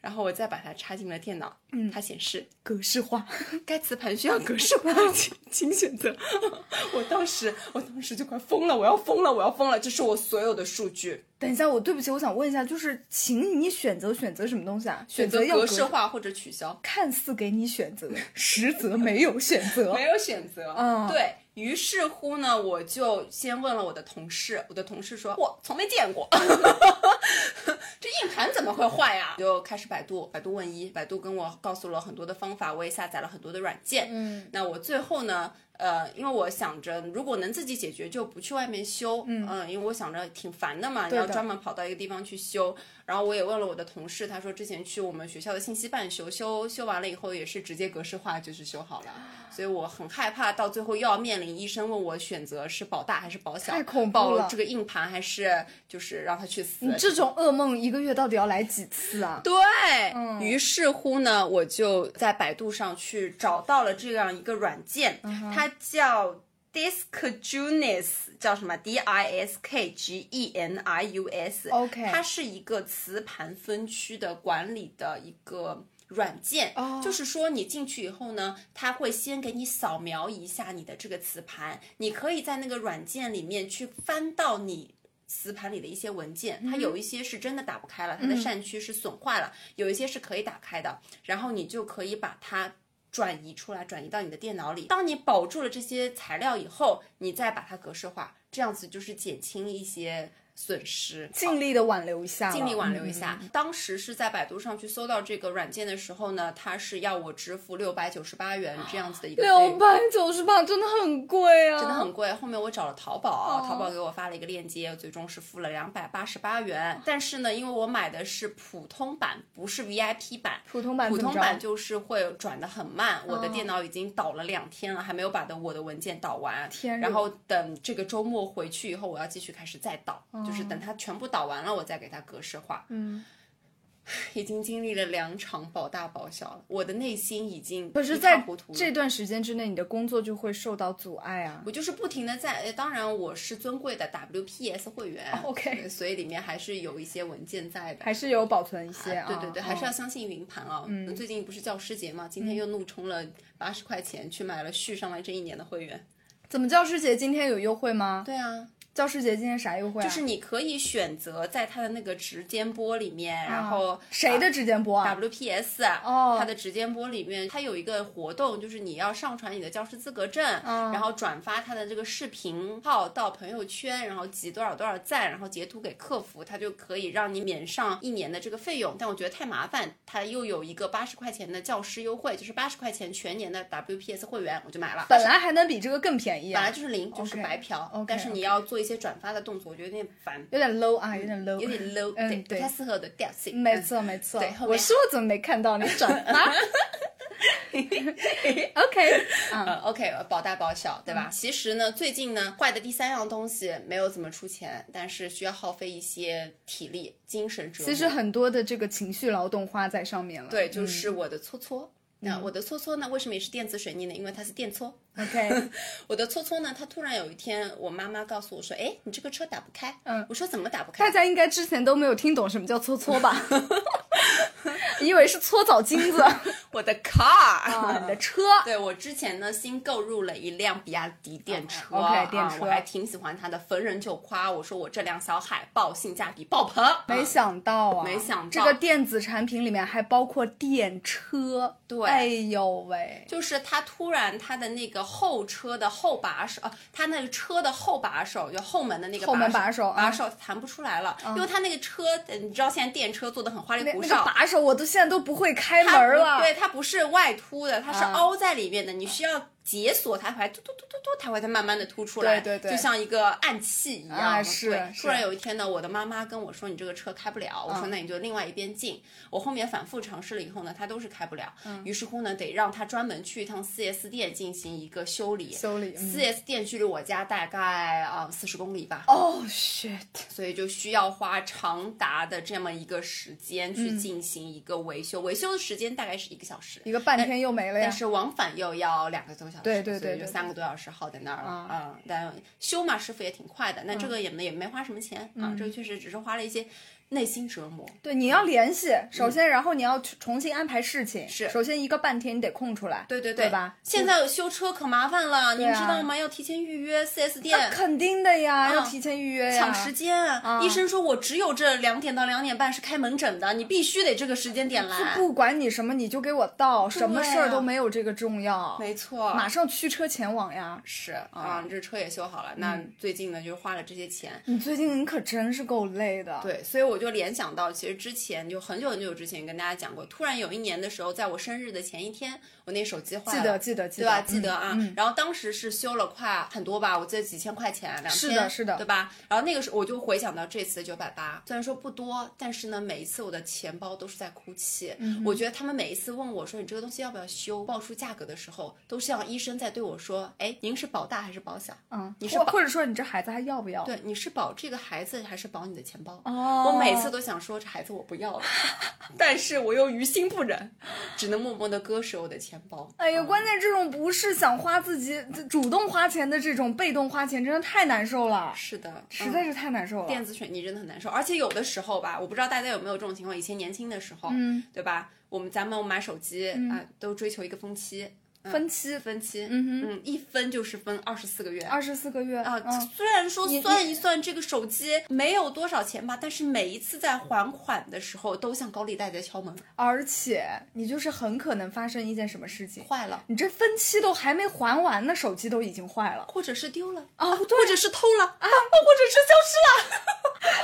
Speaker 2: 然后我再把它插进了电脑，嗯，它显示
Speaker 1: 格式化，
Speaker 2: 该磁盘需要格式化， 请请选择。我当时，我当时就快疯了，我要疯了，我要疯了！这是我所有的数据，
Speaker 1: 等一下，我对不起，我想问一下，就是请你选择选择什么东西啊？选择要
Speaker 2: 格式，化或者取消，
Speaker 1: 看似给你选择，实则没有选择
Speaker 2: 没。有选择。
Speaker 1: 嗯
Speaker 2: 对于是乎呢，我就先问了我的同事，我的同事说，我从没见过， 这硬盘怎么会坏呀、我就开始百度，百度问一，百度跟我告诉了很多的方法，我也下载了很多的软件，
Speaker 1: 嗯，
Speaker 2: 那我最后呢，呃，因为我想着如果能自己解决，就不去外面修，嗯、因为我想着挺烦的嘛，你
Speaker 1: 对的
Speaker 2: 要专门跑到一个地方去修。然后我也问了我的同事，他说之前去我们学校的信息办修，修修完了以后也是直接格式化，就是修好了。所以我很害怕到最后又要面临医生问我选择是保大还是保小，
Speaker 1: 太恐怖了
Speaker 2: 保这个硬盘还是就是让他去死。
Speaker 1: 你这种噩梦一个月到底要来几次啊？
Speaker 2: 对，于是乎呢，我就在百度上去找到了这样一个软件，它叫 Disk Genius，叫什么 D I S K G E N I U S。
Speaker 1: OK
Speaker 2: 它是一个磁盘分区的管理的一个。软件
Speaker 1: 哦
Speaker 2: 就是说你进去以后呢，它会先给你扫描一下你的这个磁盘，你可以在那个软件里面去翻到你磁盘里的一些文件，
Speaker 1: 嗯
Speaker 2: 它有一些是真的打不开了，它的扇区是损坏了，有一些是可以打开的，然后你就可以把它。转移出来，转移到你的电脑里。当你保住了这些材料以后，你再把它格式化，这样子就是减轻一些损失，
Speaker 1: 尽力的挽留一下，嗯
Speaker 2: 尽力挽留一。下。当时是在百度上去搜到这个软件的时候呢，它是要我支付六百九十八元这样子的一个费
Speaker 1: 六
Speaker 2: 用。
Speaker 1: 百九十八真的很贵啊，
Speaker 2: 真的很贵。后面我找了淘宝，
Speaker 1: 哦
Speaker 2: 淘宝给我发了一个链接，最终是付了两百八十八元。但是呢，因为我买的是普通版，不是 VIP 版。
Speaker 1: 普通版
Speaker 2: 普
Speaker 1: 怎么
Speaker 2: 通
Speaker 1: 着嗯
Speaker 2: 版就是会转的很慢，我的电脑已经导了两天了，还没有把的我的文件导完。
Speaker 1: 天
Speaker 2: 然
Speaker 1: 热
Speaker 2: 后等这个周末回去以后，我要继续开始再导，就是等它全部导完了，我再给它格式化。
Speaker 1: 哦嗯，
Speaker 2: 已经经历了两场保大保小了，我的内心已经
Speaker 1: 可是
Speaker 2: 一塌
Speaker 1: 在
Speaker 2: 糊涂了
Speaker 1: 这段时间之内，你的工作就会受到阻碍啊。
Speaker 2: 我就是不停的在，呃当然我是尊贵的 WPS 会员、
Speaker 1: 哦，OK
Speaker 2: 呃所以里面还是有一些文件在的。
Speaker 1: 还是有保存一些啊，
Speaker 2: 对对对，还是要
Speaker 1: 嗯
Speaker 2: 相信云盘啊、嗯，最近不是教师节嘛，今天又怒充了八十块钱去买了续上来这一年的会员。
Speaker 1: 怎么教师节今天有优惠吗？
Speaker 2: 对啊，
Speaker 1: 教师节今天啥优惠啊？
Speaker 2: 就是你可以选择在它的那个直间播里面，然后
Speaker 1: 啊谁的直间播啊？
Speaker 2: WPS 啊
Speaker 1: 哦
Speaker 2: 它的直间播里面，它有一个活动，就是你要上传你的教师资格证，
Speaker 1: 嗯
Speaker 2: 然后转发它的这个视频号到朋友圈，然后集多少多少赞，然后截图给客服，它就可以让你免上一年的这个费用。但我觉得太麻烦，它又有一个八十块钱的教师优惠，就是八十块钱全年的 WPS 会员，我就买了。
Speaker 1: 本来还能比这个更便宜
Speaker 2: 本
Speaker 1: 啊
Speaker 2: 来，就是零，就是白嫖
Speaker 1: OK，OK，
Speaker 2: 但是你要做一些转发的动作，我觉得有点烦，
Speaker 1: 有点 low 啊，有点 low，
Speaker 2: 嗯有点 low，、
Speaker 1: 嗯
Speaker 2: 对，
Speaker 1: 对
Speaker 2: 不太适合我的调性。
Speaker 1: 没错没错
Speaker 2: 对，后面
Speaker 1: 我说我怎么没看到你转发？OK，
Speaker 2: 呃，OK，保大保小，对吧？
Speaker 1: 嗯
Speaker 2: 其实呢，最近呢，坏的第三样东西没有怎么出钱，但是需要耗费一些体力、精神折磨。
Speaker 1: 其实很嗯多的这个情绪劳动花在上面了。
Speaker 2: 对，就是我的搓搓。
Speaker 1: 嗯
Speaker 2: 那我的搓搓呢？为什么也是电子水泥呢？因为它是电搓。
Speaker 1: ，OK，
Speaker 2: 我的搓搓呢，它突然有一天，我妈妈告诉我说：“哎，你这个车打不开。”
Speaker 1: 嗯
Speaker 2: 我说怎么打不
Speaker 1: 大
Speaker 2: 开？
Speaker 1: 家应该之前都没有听懂什么叫搓搓吧？ 以为是搓澡 巾子啊，
Speaker 2: 我的 car。
Speaker 1: 你的车。
Speaker 2: 对我之前呢，新购入了一辆比亚迪电车
Speaker 1: 哦 OK，电
Speaker 2: 啊，
Speaker 1: 车
Speaker 2: 我还挺喜欢它的，逢人就夸我说我这辆小海豹性价比爆棚。
Speaker 1: 没想到啊，
Speaker 2: 没想到
Speaker 1: 这个电子产品里面还包括电车，
Speaker 2: 对
Speaker 1: 哎呦喂，
Speaker 2: 就是他突然他的那个后车的后把手，啊，他那个车的后把手，就后门的那个
Speaker 1: 后门
Speaker 2: 把
Speaker 1: 把手
Speaker 2: 把
Speaker 1: 啊
Speaker 2: 手弹不出来了，因为他那个车，呃你知道现在电车做的很花里
Speaker 1: 那
Speaker 2: 胡
Speaker 1: 那
Speaker 2: 哨
Speaker 1: 个。把手我都现在都不会开
Speaker 2: 它
Speaker 1: 门
Speaker 2: 不
Speaker 1: 了，
Speaker 2: 对，它不是外凸的，它是
Speaker 1: 啊
Speaker 2: 凹在里面的，你需要解锁它才突突突突突，它会再慢慢的凸出来，
Speaker 1: 对对对
Speaker 2: 就像一个暗器一样。
Speaker 1: 啊是
Speaker 2: 对
Speaker 1: 是
Speaker 2: 突然有一天呢，我的妈妈跟我说你这个车开不了，我说
Speaker 1: 嗯
Speaker 2: 那你就另外一边进。我后面反复尝试了以后呢，它都是开不了，
Speaker 1: 嗯
Speaker 2: 于是乎呢，得让他专门去一趟 4S 店进行一个修理。
Speaker 1: 修理嗯
Speaker 2: 4S 店距离我家大概啊四十公里吧，
Speaker 1: 哦、shit，
Speaker 2: 所以就需要花长达的这么一个时间去
Speaker 1: 嗯
Speaker 2: 进行一个维修，维修的时间大概是一个小时，
Speaker 1: 一个半天又没了呀
Speaker 2: 哎但。是往返又要两个多小时，
Speaker 1: 对对
Speaker 2: 所以
Speaker 1: 对
Speaker 2: 就
Speaker 1: 对
Speaker 2: 三个多小时耗在那儿了
Speaker 1: 啊嗯
Speaker 2: 啊、嗯但修嘛，师傅也挺快的，那这个也没、也没花什么钱啊，这个确实只是花了一些内心折磨。
Speaker 1: 对，你要联系，首先，然后你要去重新安排事情。
Speaker 2: 嗯是
Speaker 1: 首先一个半天你得空出来，
Speaker 2: 对对
Speaker 1: 对，
Speaker 2: 对
Speaker 1: 吧？
Speaker 2: 现在修车可麻烦了，您
Speaker 1: 对啊
Speaker 2: 知道吗？要提前预约 4S
Speaker 1: 那啊
Speaker 2: 店。
Speaker 1: 肯定的呀，
Speaker 2: 嗯
Speaker 1: 要提前预约呀。
Speaker 2: 抢时间啊！医生说我只有这两点到两点半是开门诊的，你必须得这个时间点来。
Speaker 1: 啊不管你什么，你就给我到，什么事儿
Speaker 2: 对
Speaker 1: 都没有这个重要。
Speaker 2: 没错，
Speaker 1: 马上嗯驱车前往呀！
Speaker 2: 是啊，这车也修好了。那
Speaker 1: 嗯
Speaker 2: 最近呢，就是花了这些钱。
Speaker 1: 你最近你可真是够累的。
Speaker 2: 对，所以我就联想到，其实之前就很久很久之前跟大家讲过，突然有一年的时候，在我生日的前一天，我那手机坏了，
Speaker 1: 记得记得嗯记
Speaker 2: 对吧？
Speaker 1: 得
Speaker 2: 记得啊，然后当时是修了快很多吧，我记得几千块钱，两千，
Speaker 1: 是的是的
Speaker 2: 对吧？然后那个时候我就回想到这次九百八，虽然说不多，但是呢，每一次我的钱包都是在哭泣。
Speaker 1: 嗯
Speaker 2: 我觉得他们每一次问我说你这个东西要不要修，报出价格的时候，都是像医生在对我说，哎，您是保大还是保小？
Speaker 1: 嗯，
Speaker 2: 你是
Speaker 1: 或
Speaker 2: 保
Speaker 1: 或者说你这孩子还要不要？
Speaker 2: 对，你是保这个孩子还是保你的钱包？
Speaker 1: 哦
Speaker 2: 我每次都想说这孩子我不要 了，但是我又于心不忍，只能默默的割舍我的钱包。
Speaker 1: 哎呀，关键这种不是想花自己主动花钱的这种被动花钱，真的太难受了，
Speaker 2: 是的，
Speaker 1: 实在
Speaker 2: 嗯
Speaker 1: 是太难受了。
Speaker 2: 电子水泥真的很难受，而且有的时候吧，我不知道大家有没有这种情况。
Speaker 1: 嗯
Speaker 2: 以前年轻的时候，嗯，对吧？我们咱们买手机啊、都追求一个分期。
Speaker 1: 分期，
Speaker 2: 分期，
Speaker 1: 嗯哼
Speaker 2: 嗯，一分就是分二十四个月。
Speaker 1: 二十四个月
Speaker 2: 啊，
Speaker 1: 嗯
Speaker 2: 虽然说
Speaker 1: 你
Speaker 2: 算一算这个手机没有多少钱吧，但是每一次在还款的时候都像高利贷在敲门，
Speaker 1: 而且你就是很可能发生一件什么事情，
Speaker 2: 坏了，
Speaker 1: 你这分期都还没还完呢，手机都已经坏了
Speaker 2: 或者是丢了，
Speaker 1: 啊，对，
Speaker 2: 或者是偷了啊，
Speaker 1: 或者是消失了，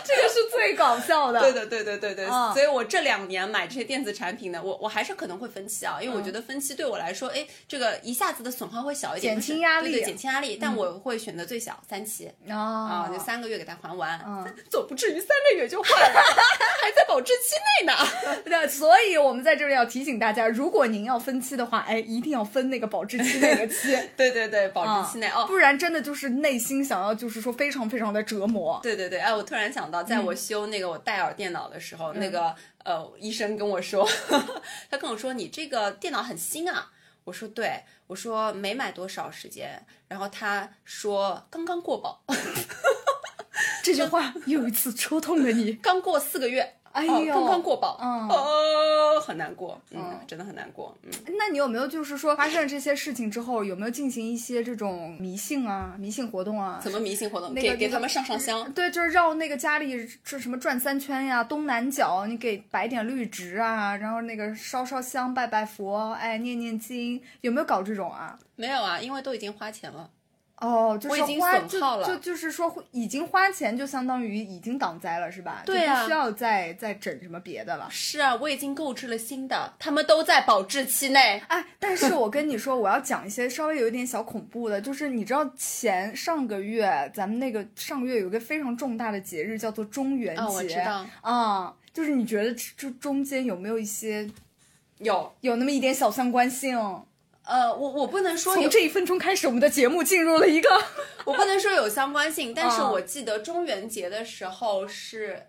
Speaker 1: 这个是最搞笑的。
Speaker 2: 对的，对对对对，
Speaker 1: 嗯
Speaker 2: 所以我这两年买这些电子产品呢，我我还是可能会分期啊，因为我觉得分期对我来说，哎，这个一下子的损耗会小一点，
Speaker 1: 减轻
Speaker 2: 不是
Speaker 1: 压力
Speaker 2: 对对减轻压力。嗯但我会选择最小三期
Speaker 1: 的
Speaker 2: 啊，
Speaker 1: 啊，
Speaker 2: 就三个月给它还完，
Speaker 1: 嗯
Speaker 2: 总不至于三个月就坏了， 还在保质期内呢。
Speaker 1: 那所以我们在这里要提醒大家，如果您要分期的话，哎，一定要分那个保质期那个期，
Speaker 2: 对对对，保质期内、哦。
Speaker 1: 不然真的就是内心想要就是说非常非常的折磨。
Speaker 2: 对对对，哎，我突然想到，在
Speaker 1: 嗯
Speaker 2: 我修那个我戴尔电脑的时候，那个呃医生跟我说， 他跟我说你这个电脑很新啊，我说对，我说没买多少时间，然后他说刚刚过保，
Speaker 1: 这句话又一次戳痛了你。
Speaker 2: 刚过四个月，
Speaker 1: 哎
Speaker 2: 哦
Speaker 1: 呦
Speaker 2: 刚刚过保，
Speaker 1: 嗯
Speaker 2: 哦，很难过，嗯
Speaker 1: 嗯，
Speaker 2: 真的很难过，嗯，
Speaker 1: 那你有没有就是说发生了这些事情之后，有没有进行一些这种迷信啊、迷信活动啊？
Speaker 2: 怎么迷信活动？
Speaker 1: 那个
Speaker 2: 给给
Speaker 1: 那个
Speaker 2: 他们上上 香，
Speaker 1: 对，就是绕那个家里这什么转三圈呀，东南角你给摆点绿植啊，然后那个烧烧香、拜拜佛，哎，念念经，有没有搞这种啊？
Speaker 2: 没有啊，因为都已经花钱了，
Speaker 1: 哦，就是
Speaker 2: 我已经
Speaker 1: 花
Speaker 2: 损耗了
Speaker 1: 就就就是说已经花钱，就相当于已经挡灾了，是吧？
Speaker 2: 对啊
Speaker 1: 就不需要再再整什么别的了。
Speaker 2: 是啊，我已经购置了新的，他们都在保质期内，
Speaker 1: 哎，但是我跟你说，我要讲一些稍微有一点小恐怖的，就是你知道前上个月咱们那个上个月有一个非常重大的节日叫做中元节，
Speaker 2: 啊，我知道，
Speaker 1: 啊就是你觉得这这中间有没有一些
Speaker 2: 有。
Speaker 1: 有那么一点小相关性？
Speaker 2: 呃，我我不能说有
Speaker 1: 从，这一分钟开始，我们的节目进入了一 个
Speaker 2: 我不能说有相关性，但是
Speaker 1: 嗯
Speaker 2: 我记得中元节的时候是，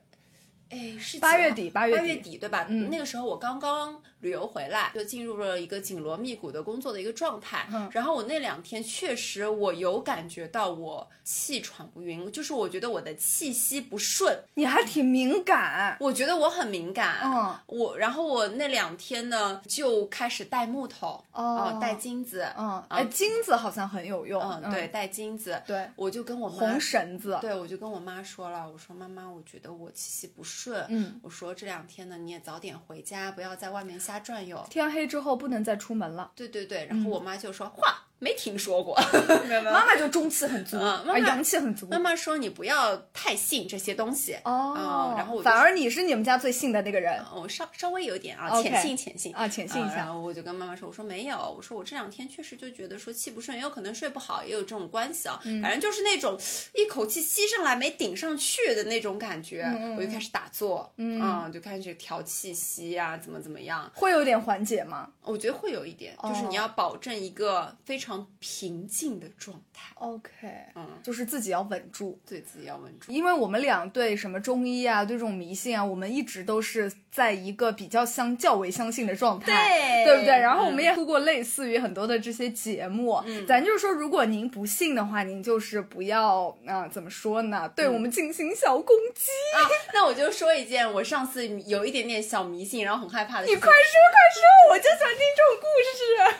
Speaker 2: 哎，是
Speaker 1: 八
Speaker 2: 几
Speaker 1: 月
Speaker 2: 号
Speaker 1: 底
Speaker 2: 八
Speaker 1: 八月
Speaker 2: 底，
Speaker 1: 底
Speaker 2: 对吧？
Speaker 1: 嗯
Speaker 2: 那个时候我刚刚旅游回来，就进入了一个紧锣密鼓的工作的一个状态。
Speaker 1: 嗯
Speaker 2: 然后我那两天确实我有感觉到我气喘不匀，就是我觉得我的气息不顺，
Speaker 1: 你还挺敏感，
Speaker 2: 我觉得我很敏感。
Speaker 1: 嗯
Speaker 2: 我然后我那两天呢就开始带木头，
Speaker 1: 哦
Speaker 2: 呃带金子，
Speaker 1: 嗯，哎，金子好像很有用，
Speaker 2: 嗯，对，带金子，
Speaker 1: 对
Speaker 2: 我就跟我妈
Speaker 1: 红绳子，
Speaker 2: 对，我就跟我妈说了，我说妈妈，我觉得我气息不顺，
Speaker 1: 嗯，
Speaker 2: 我说这两天呢，你也早点回家，不要在外面瞎转悠。
Speaker 1: 天黑之后不能再出门了。
Speaker 2: 对对对，
Speaker 1: 嗯
Speaker 2: 然后我妈就说、话没听说过， 没有没有
Speaker 1: 妈妈就中气很足，
Speaker 2: 嗯妈妈
Speaker 1: 啊阳气很足
Speaker 2: 妈。妈说你不要太信这些东西
Speaker 1: 哦
Speaker 2: 嗯然后我就嗯
Speaker 1: 反而你是你们家最信的那个人
Speaker 2: 我稍稍微有点啊
Speaker 1: OK
Speaker 2: 浅信浅信
Speaker 1: 啊浅信一下
Speaker 2: 然后我就跟妈妈说，我说没有，我说我这两天确实就觉得说气不顺，也有可能睡不好，也有这种关系啊。
Speaker 1: 嗯
Speaker 2: 反正就是那种一口气吸上来没顶上去的那种感觉，
Speaker 1: 嗯
Speaker 2: 我就开始打坐，嗯就开始调气息啊，怎么怎么样。
Speaker 1: 会有点缓解吗？
Speaker 2: 我觉得会有一点，就是
Speaker 1: 哦
Speaker 2: 你要保证一个非常平静的状态，
Speaker 1: OK，
Speaker 2: 嗯
Speaker 1: 就是自己要稳住，
Speaker 2: 对自己要稳住。
Speaker 1: 因为我们俩对什么中医啊，对这种迷信啊，我们一直都是在一个比较相较为相信的状态，
Speaker 2: 对
Speaker 1: 对嗯不对？然后我们也通过类似于很多的这些节目，咱就是说，如果您不信的话，您就是不要啊、怎么说呢？对我们进行小攻击，
Speaker 2: 啊，那我就说一件我上次有一点点小迷信，然后很害怕的事
Speaker 1: 你
Speaker 2: 情。
Speaker 1: 快说快说，我就想听这种故事。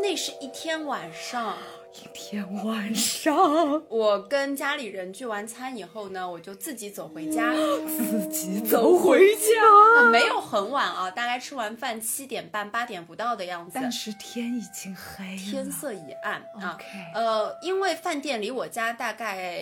Speaker 2: 那是一天晚上，
Speaker 1: 一天晚上
Speaker 2: 我跟家里人聚完餐以后呢，我就自己走回家，
Speaker 1: 自己走回家，
Speaker 2: 啊没有很晚啊，大概吃完饭七点半八点不到的样子。
Speaker 1: 但是天已经黑了，
Speaker 2: 天色已暗啊
Speaker 1: OK
Speaker 2: 呃，因为饭店离我家大概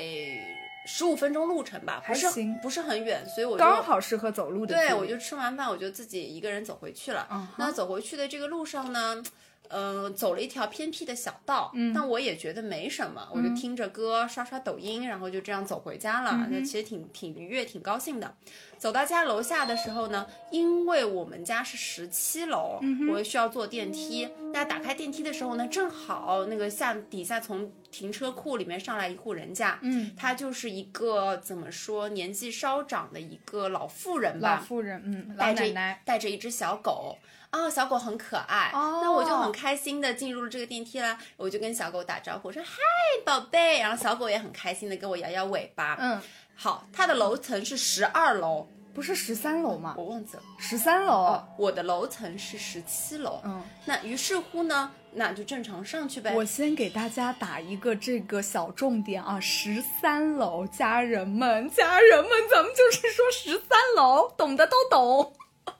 Speaker 2: 十五分钟路程吧，不
Speaker 1: 还
Speaker 2: 是
Speaker 1: 行
Speaker 2: 不是很远，所以我就
Speaker 1: 刚好适合走路的啊
Speaker 2: 对
Speaker 1: 距离
Speaker 2: 我就吃完饭，我就自己一个人走回去了。
Speaker 1: 嗯哼
Speaker 2: 那走回去的这个路上呢，嗯、走了一条偏僻的小道，
Speaker 1: 嗯
Speaker 2: 但我也觉得没什么，我就听着歌，刷刷抖音，然后就这样走回家了。
Speaker 1: 嗯
Speaker 2: 那其实挺挺愉悦，挺高兴的。走到家楼下的时候呢，因为我们家是十七楼，
Speaker 1: 嗯
Speaker 2: 我需要坐电梯。那打开电梯的时候呢，正好那个下底下从停车库里面上来一户人家，
Speaker 1: 嗯，
Speaker 2: 她就是一个怎么说年纪稍长的一个老妇人吧，
Speaker 1: 老妇人，嗯，老
Speaker 2: 带着
Speaker 1: 奶奶，
Speaker 2: 带着一只小狗啊、小狗很可爱，
Speaker 1: 哦
Speaker 2: 那我就很开心的进入了这个电梯啦，我就跟小狗打招呼，我说嗨宝贝，然后小狗也很开心的跟我摇摇尾巴。
Speaker 1: 嗯，
Speaker 2: 好，它的楼层是十二楼，
Speaker 1: 不是十三楼吗
Speaker 2: 我？忘记了。
Speaker 1: 十三楼
Speaker 2: 哦，，我的楼层是十七楼，
Speaker 1: 嗯，
Speaker 2: 那于是乎呢，那就正常上去呗。
Speaker 1: 我先给大家打一个这个小重点啊，十三楼，家人们，家人们，咱们就是说十三楼，懂的都懂。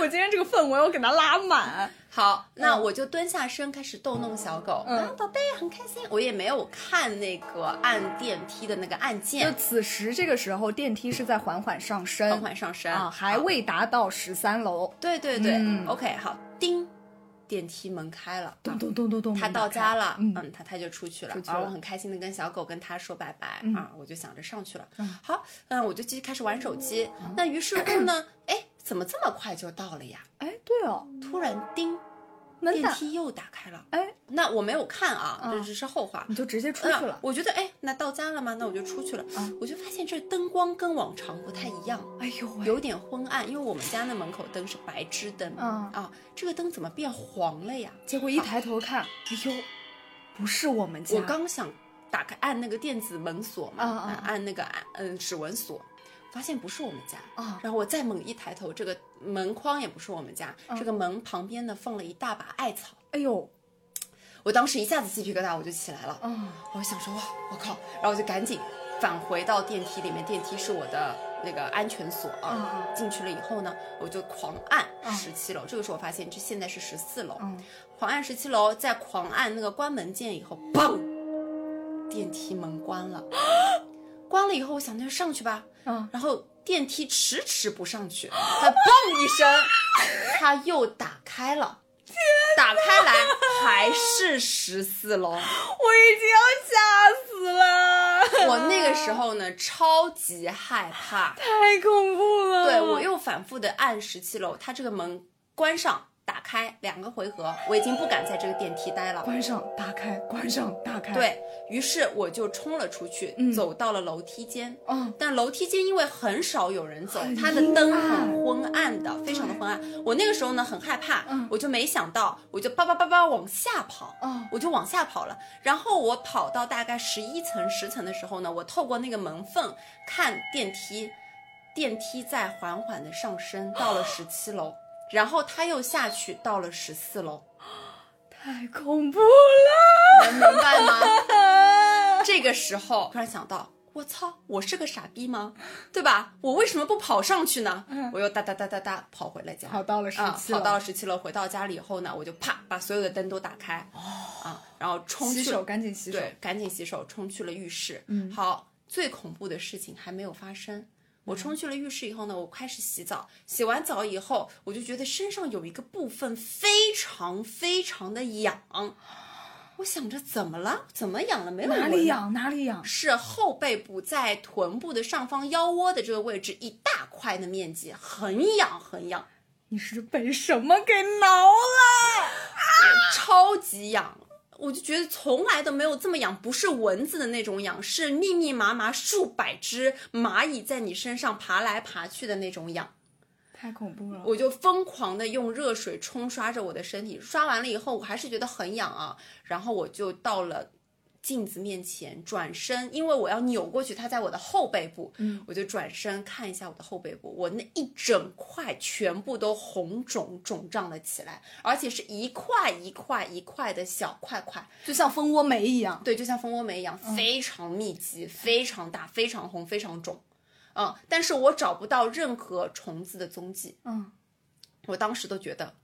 Speaker 1: 我今天这个氛围，我给它拉满。
Speaker 2: 好，那我就蹲下身开始逗弄小狗，
Speaker 1: 嗯
Speaker 2: 啊，宝贝很开心。我也没有看那个按电梯的那个按
Speaker 1: 就嗯
Speaker 2: 键，
Speaker 1: 此时这个时候，电梯是在缓缓上升，
Speaker 2: 缓缓上升
Speaker 1: 啊，还
Speaker 2: 好
Speaker 1: 未达到十三楼。
Speaker 2: 对对对、
Speaker 1: 嗯
Speaker 2: o k 好，叮，电梯门开了，啊
Speaker 1: 咚咚咚咚咚，
Speaker 2: 他到家了，
Speaker 1: 嗯
Speaker 2: 嗯，他他就出去了，
Speaker 1: 出去
Speaker 2: 然后
Speaker 1: 了
Speaker 2: 我很开心的跟小狗跟他说拜拜、
Speaker 1: 嗯
Speaker 2: 啊，我就想着上去了，
Speaker 1: 嗯哦
Speaker 2: 好，嗯，我就继续开始玩手机，那于是乎呢，哎，怎么这么快就到了呀？
Speaker 1: 哎，对哦，
Speaker 2: 突然叮，
Speaker 1: 门
Speaker 2: 电
Speaker 1: 打，
Speaker 2: 梯又打开了，
Speaker 1: 哎，
Speaker 2: 那我没有看啊，
Speaker 1: 嗯
Speaker 2: 这只是后话。
Speaker 1: 你就直接出去
Speaker 2: 嗯
Speaker 1: 了。
Speaker 2: 我觉得哎，那到家了吗？那我就出去了。
Speaker 1: 嗯
Speaker 2: 我就发现这灯光跟往常不太一样，
Speaker 1: 哎呦喂，
Speaker 2: 有点昏暗，因为我们家那门口灯是白炽灯、
Speaker 1: 嗯
Speaker 2: 啊，这个灯怎么变黄了呀？
Speaker 1: 结果一抬头看，哎呦，不是我们家，
Speaker 2: 我刚想打开按那个电子门锁嘛，
Speaker 1: 嗯嗯
Speaker 2: 啊按那个按嗯指纹锁，发现不是我们家。
Speaker 1: 啊，
Speaker 2: 然后我再猛一抬头，这个门框也不是我们家，
Speaker 1: 嗯
Speaker 2: 这个门旁边呢放了一大把艾草，
Speaker 1: 哎呦，
Speaker 2: 我当时一下子鸡皮疙瘩我就起来了。
Speaker 1: 啊，
Speaker 2: 我想说哇，我靠，然后我就赶紧返回到电梯里面，电梯是我的那个安全锁啊。
Speaker 1: 嗯
Speaker 2: 进去了以后呢，我就狂按
Speaker 1: 嗯
Speaker 2: 十七楼，这个时候我发现这现在是十四楼，
Speaker 1: 嗯，
Speaker 2: 狂按十七楼，再狂按那个关门键以后，砰，电梯门关 了，关了以后我想那就上去吧，
Speaker 1: 啊，
Speaker 2: 然后电梯迟迟不上去，它砰一声， 它又打开了。打开来还是十四楼，
Speaker 1: 我已经要吓死了，
Speaker 2: 我那个时候呢，超级害怕。
Speaker 1: 太恐怖了。
Speaker 2: 对我又反复的按十七楼，它这个门关上、打开两个回合，我已经不敢在这个电梯待了。
Speaker 1: 关上，打开，关上，打开。，
Speaker 2: 对于是，我就冲了出去，
Speaker 1: 嗯
Speaker 2: 走到了楼梯间。
Speaker 1: 嗯，
Speaker 2: 但楼梯间因为很少有人走
Speaker 1: 很，
Speaker 2: 它的
Speaker 1: 阴
Speaker 2: 灯
Speaker 1: 暗
Speaker 2: 很昏暗的，非常的昏暗。我那个时候呢很害怕
Speaker 1: 嗯，
Speaker 2: 我就没想到，我就叭叭叭叭往下跑，
Speaker 1: 哦，
Speaker 2: 我就往下跑了。然后我跑到大概十一层、十层的时候呢，我透过那个门缝看电梯，电梯在缓缓的上升，到了十七楼，然后它又下去到了十四楼，
Speaker 1: 太恐怖了。
Speaker 2: 能明白吗？ 这个时候突然想到。我操！我是个傻逼吗？对吧？我为什么不跑上去呢？我又哒哒哒哒哒跑回了家，
Speaker 1: 嗯跑到了
Speaker 2: 啊，
Speaker 1: 17
Speaker 2: 跑
Speaker 1: 楼
Speaker 2: 到了十七楼。回到家里以后呢，我就啪把所有的灯都打开，啊，然后冲
Speaker 1: 哦洗
Speaker 2: 去
Speaker 1: 手，赶紧洗手。
Speaker 2: 对，赶紧洗手，冲去了浴室。
Speaker 1: 嗯
Speaker 2: 好，最恐怖的事情还没有发生。我冲去了浴室以后呢，我开始洗澡。洗完澡以后，我就觉得身上有一个部分非常非常的痒。我想着怎么了？怎么痒了？没有
Speaker 1: 哎哪
Speaker 2: 闻
Speaker 1: 里？痒哪里痒。
Speaker 2: 是后背部在臀部的上方腰窝的这个位置一大块的面积，很痒很痒，
Speaker 1: 你是被什么给挠了？
Speaker 2: 超级痒。我就觉得从来都没有这么痒，不是蚊子的那种痒，是密密麻麻数百只蚂蚁在你身上爬来爬去的那种痒。
Speaker 1: 太恐怖了。
Speaker 2: 我就疯狂的用热水冲刷着我的身体，刷完了以后我还是觉得很痒啊，然后我就到了。镜子面前转身，因为我要扭过去，它在我的后背部，
Speaker 1: 嗯
Speaker 2: 我就转身看一下我的后背部，我那一整块全部都红肿肿胀了起来，而且是一块一块一块的小块块，
Speaker 1: 就像蜂窝煤一样。
Speaker 2: 对，就像蜂窝煤一样，非常密集、非常大、非常红、非常肿，嗯，但是我找不到任何虫子的踪迹，
Speaker 1: 嗯
Speaker 2: 我当时都觉得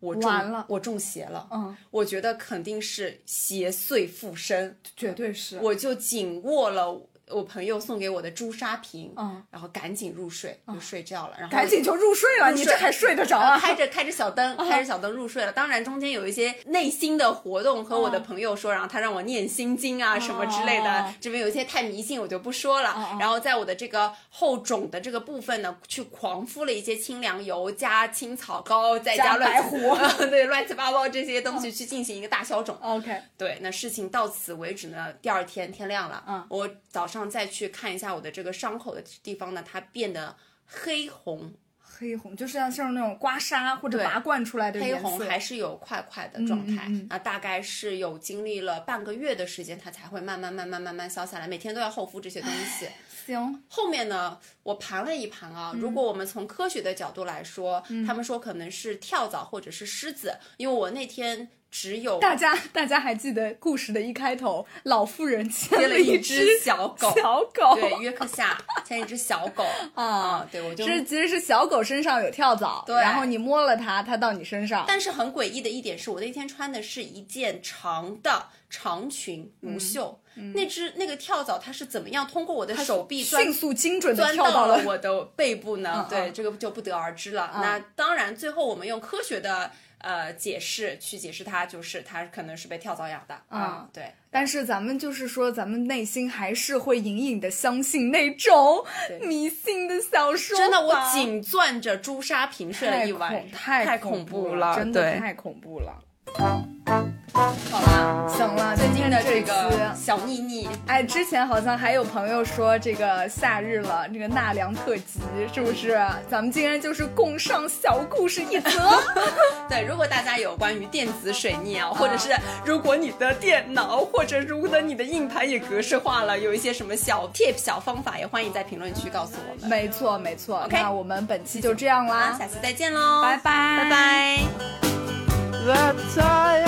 Speaker 2: 我中
Speaker 1: 完了
Speaker 2: 我中邪了。
Speaker 1: 嗯，
Speaker 2: 我觉得肯定是邪祟附身，
Speaker 1: 绝对是。
Speaker 2: 我就紧握了我朋友送给我的朱砂瓶，
Speaker 1: 嗯，
Speaker 2: 然后赶紧入睡，就睡觉了。然后
Speaker 1: 赶紧就入睡了，
Speaker 2: 入
Speaker 1: 你
Speaker 2: 睡
Speaker 1: 这还睡得着
Speaker 2: 然后
Speaker 1: 啊？
Speaker 2: 开着开着小灯，开着小灯入睡了。当然中间有一些内心的活动和我
Speaker 1: 啊
Speaker 2: 的朋友说，然后他让我念心经啊什么之类
Speaker 1: 哦
Speaker 2: 的，这边有一些太迷信我就不说了
Speaker 1: 哦。
Speaker 2: 然后在我的这个后肿的这个部分呢，去狂敷了一些清凉油加青草膏，再
Speaker 1: 加
Speaker 2: 乱
Speaker 1: 白啊
Speaker 2: 七
Speaker 1: 虎，
Speaker 2: 对乱七八糟 这些东西去进行一个大消肿。
Speaker 1: OK，
Speaker 2: 对，那事情到此为止呢。第二天天亮了，
Speaker 1: 嗯
Speaker 2: 我早上再去看一下我的这个伤口的地方呢，它变得黑红。
Speaker 1: 黑红，就是要像那种刮痧或者
Speaker 2: 对
Speaker 1: 拔罐出来的
Speaker 2: 黑
Speaker 1: 颜色
Speaker 2: 红还是有块块的状态，
Speaker 1: 嗯嗯嗯
Speaker 2: 那大概是有经历了半个月的时间，它才会慢慢慢慢慢慢消下来，每天都要厚敷这些东西。
Speaker 1: 行，
Speaker 2: 后面呢，我盘了一盘啊，如
Speaker 1: 嗯
Speaker 2: 果我们从科学的角度来说，他们说可能是跳蚤或者是虱子，因为我那天只有
Speaker 1: 大家大家还记得故事的一开头，老妇人牵
Speaker 2: 接了一
Speaker 1: 只
Speaker 2: 只小狗，
Speaker 1: 小狗，
Speaker 2: 对，约克夏牵一只小 狗啊，对我就。
Speaker 1: 是其实是小狗身上有跳蚤，
Speaker 2: 对
Speaker 1: 然后你摸了它，它到你身上。
Speaker 2: 但是很诡异的一点是，我那天穿的是一件长的长裙，无袖。
Speaker 1: 嗯
Speaker 2: 那只那个跳蚤它是怎么样通过我的手臂钻
Speaker 1: 迅速精准的
Speaker 2: 钻
Speaker 1: 跳
Speaker 2: 到
Speaker 1: 到了
Speaker 2: 我的背部呢
Speaker 1: 嗯？
Speaker 2: 对，
Speaker 1: 嗯
Speaker 2: 这个就不得而知了。那当然，最后我们用科学的呃解释去解释它，就是它可能是被跳蚤咬的
Speaker 1: 嗯
Speaker 2: 啊。对，
Speaker 1: 但是咱们就是说，咱们内心还是会隐隐的相信那种
Speaker 2: 对
Speaker 1: 迷信的小说法。
Speaker 2: 真的，我紧攥着朱砂屏睡了一晚，
Speaker 1: 太
Speaker 2: 太
Speaker 1: 恐
Speaker 2: 怖
Speaker 1: 怖了，真的
Speaker 2: 对，
Speaker 1: 太恐怖了。
Speaker 2: 好了，
Speaker 1: 行了，
Speaker 2: 最近的
Speaker 1: 今
Speaker 2: 这
Speaker 1: 天这
Speaker 2: 个
Speaker 1: 期
Speaker 2: 小秘密。
Speaker 1: 哎，之前好像还有朋友说这个夏日了，这个纳凉特辑是不是？咱们竟然就是共上小故事 一则。
Speaker 2: 对，如果大家有关于电子水逆啊，或者是如果你的电脑或者如果你的硬盘也格式化了，有一些什么小 tip 小方法，也欢迎在评论区告诉我们。
Speaker 1: 没错，没错。
Speaker 2: OK 啊
Speaker 1: 那我们本期就这样
Speaker 2: 好
Speaker 1: 啦
Speaker 2: 啦，，下次再见喽，
Speaker 1: 拜拜，
Speaker 2: 拜拜。
Speaker 4: That time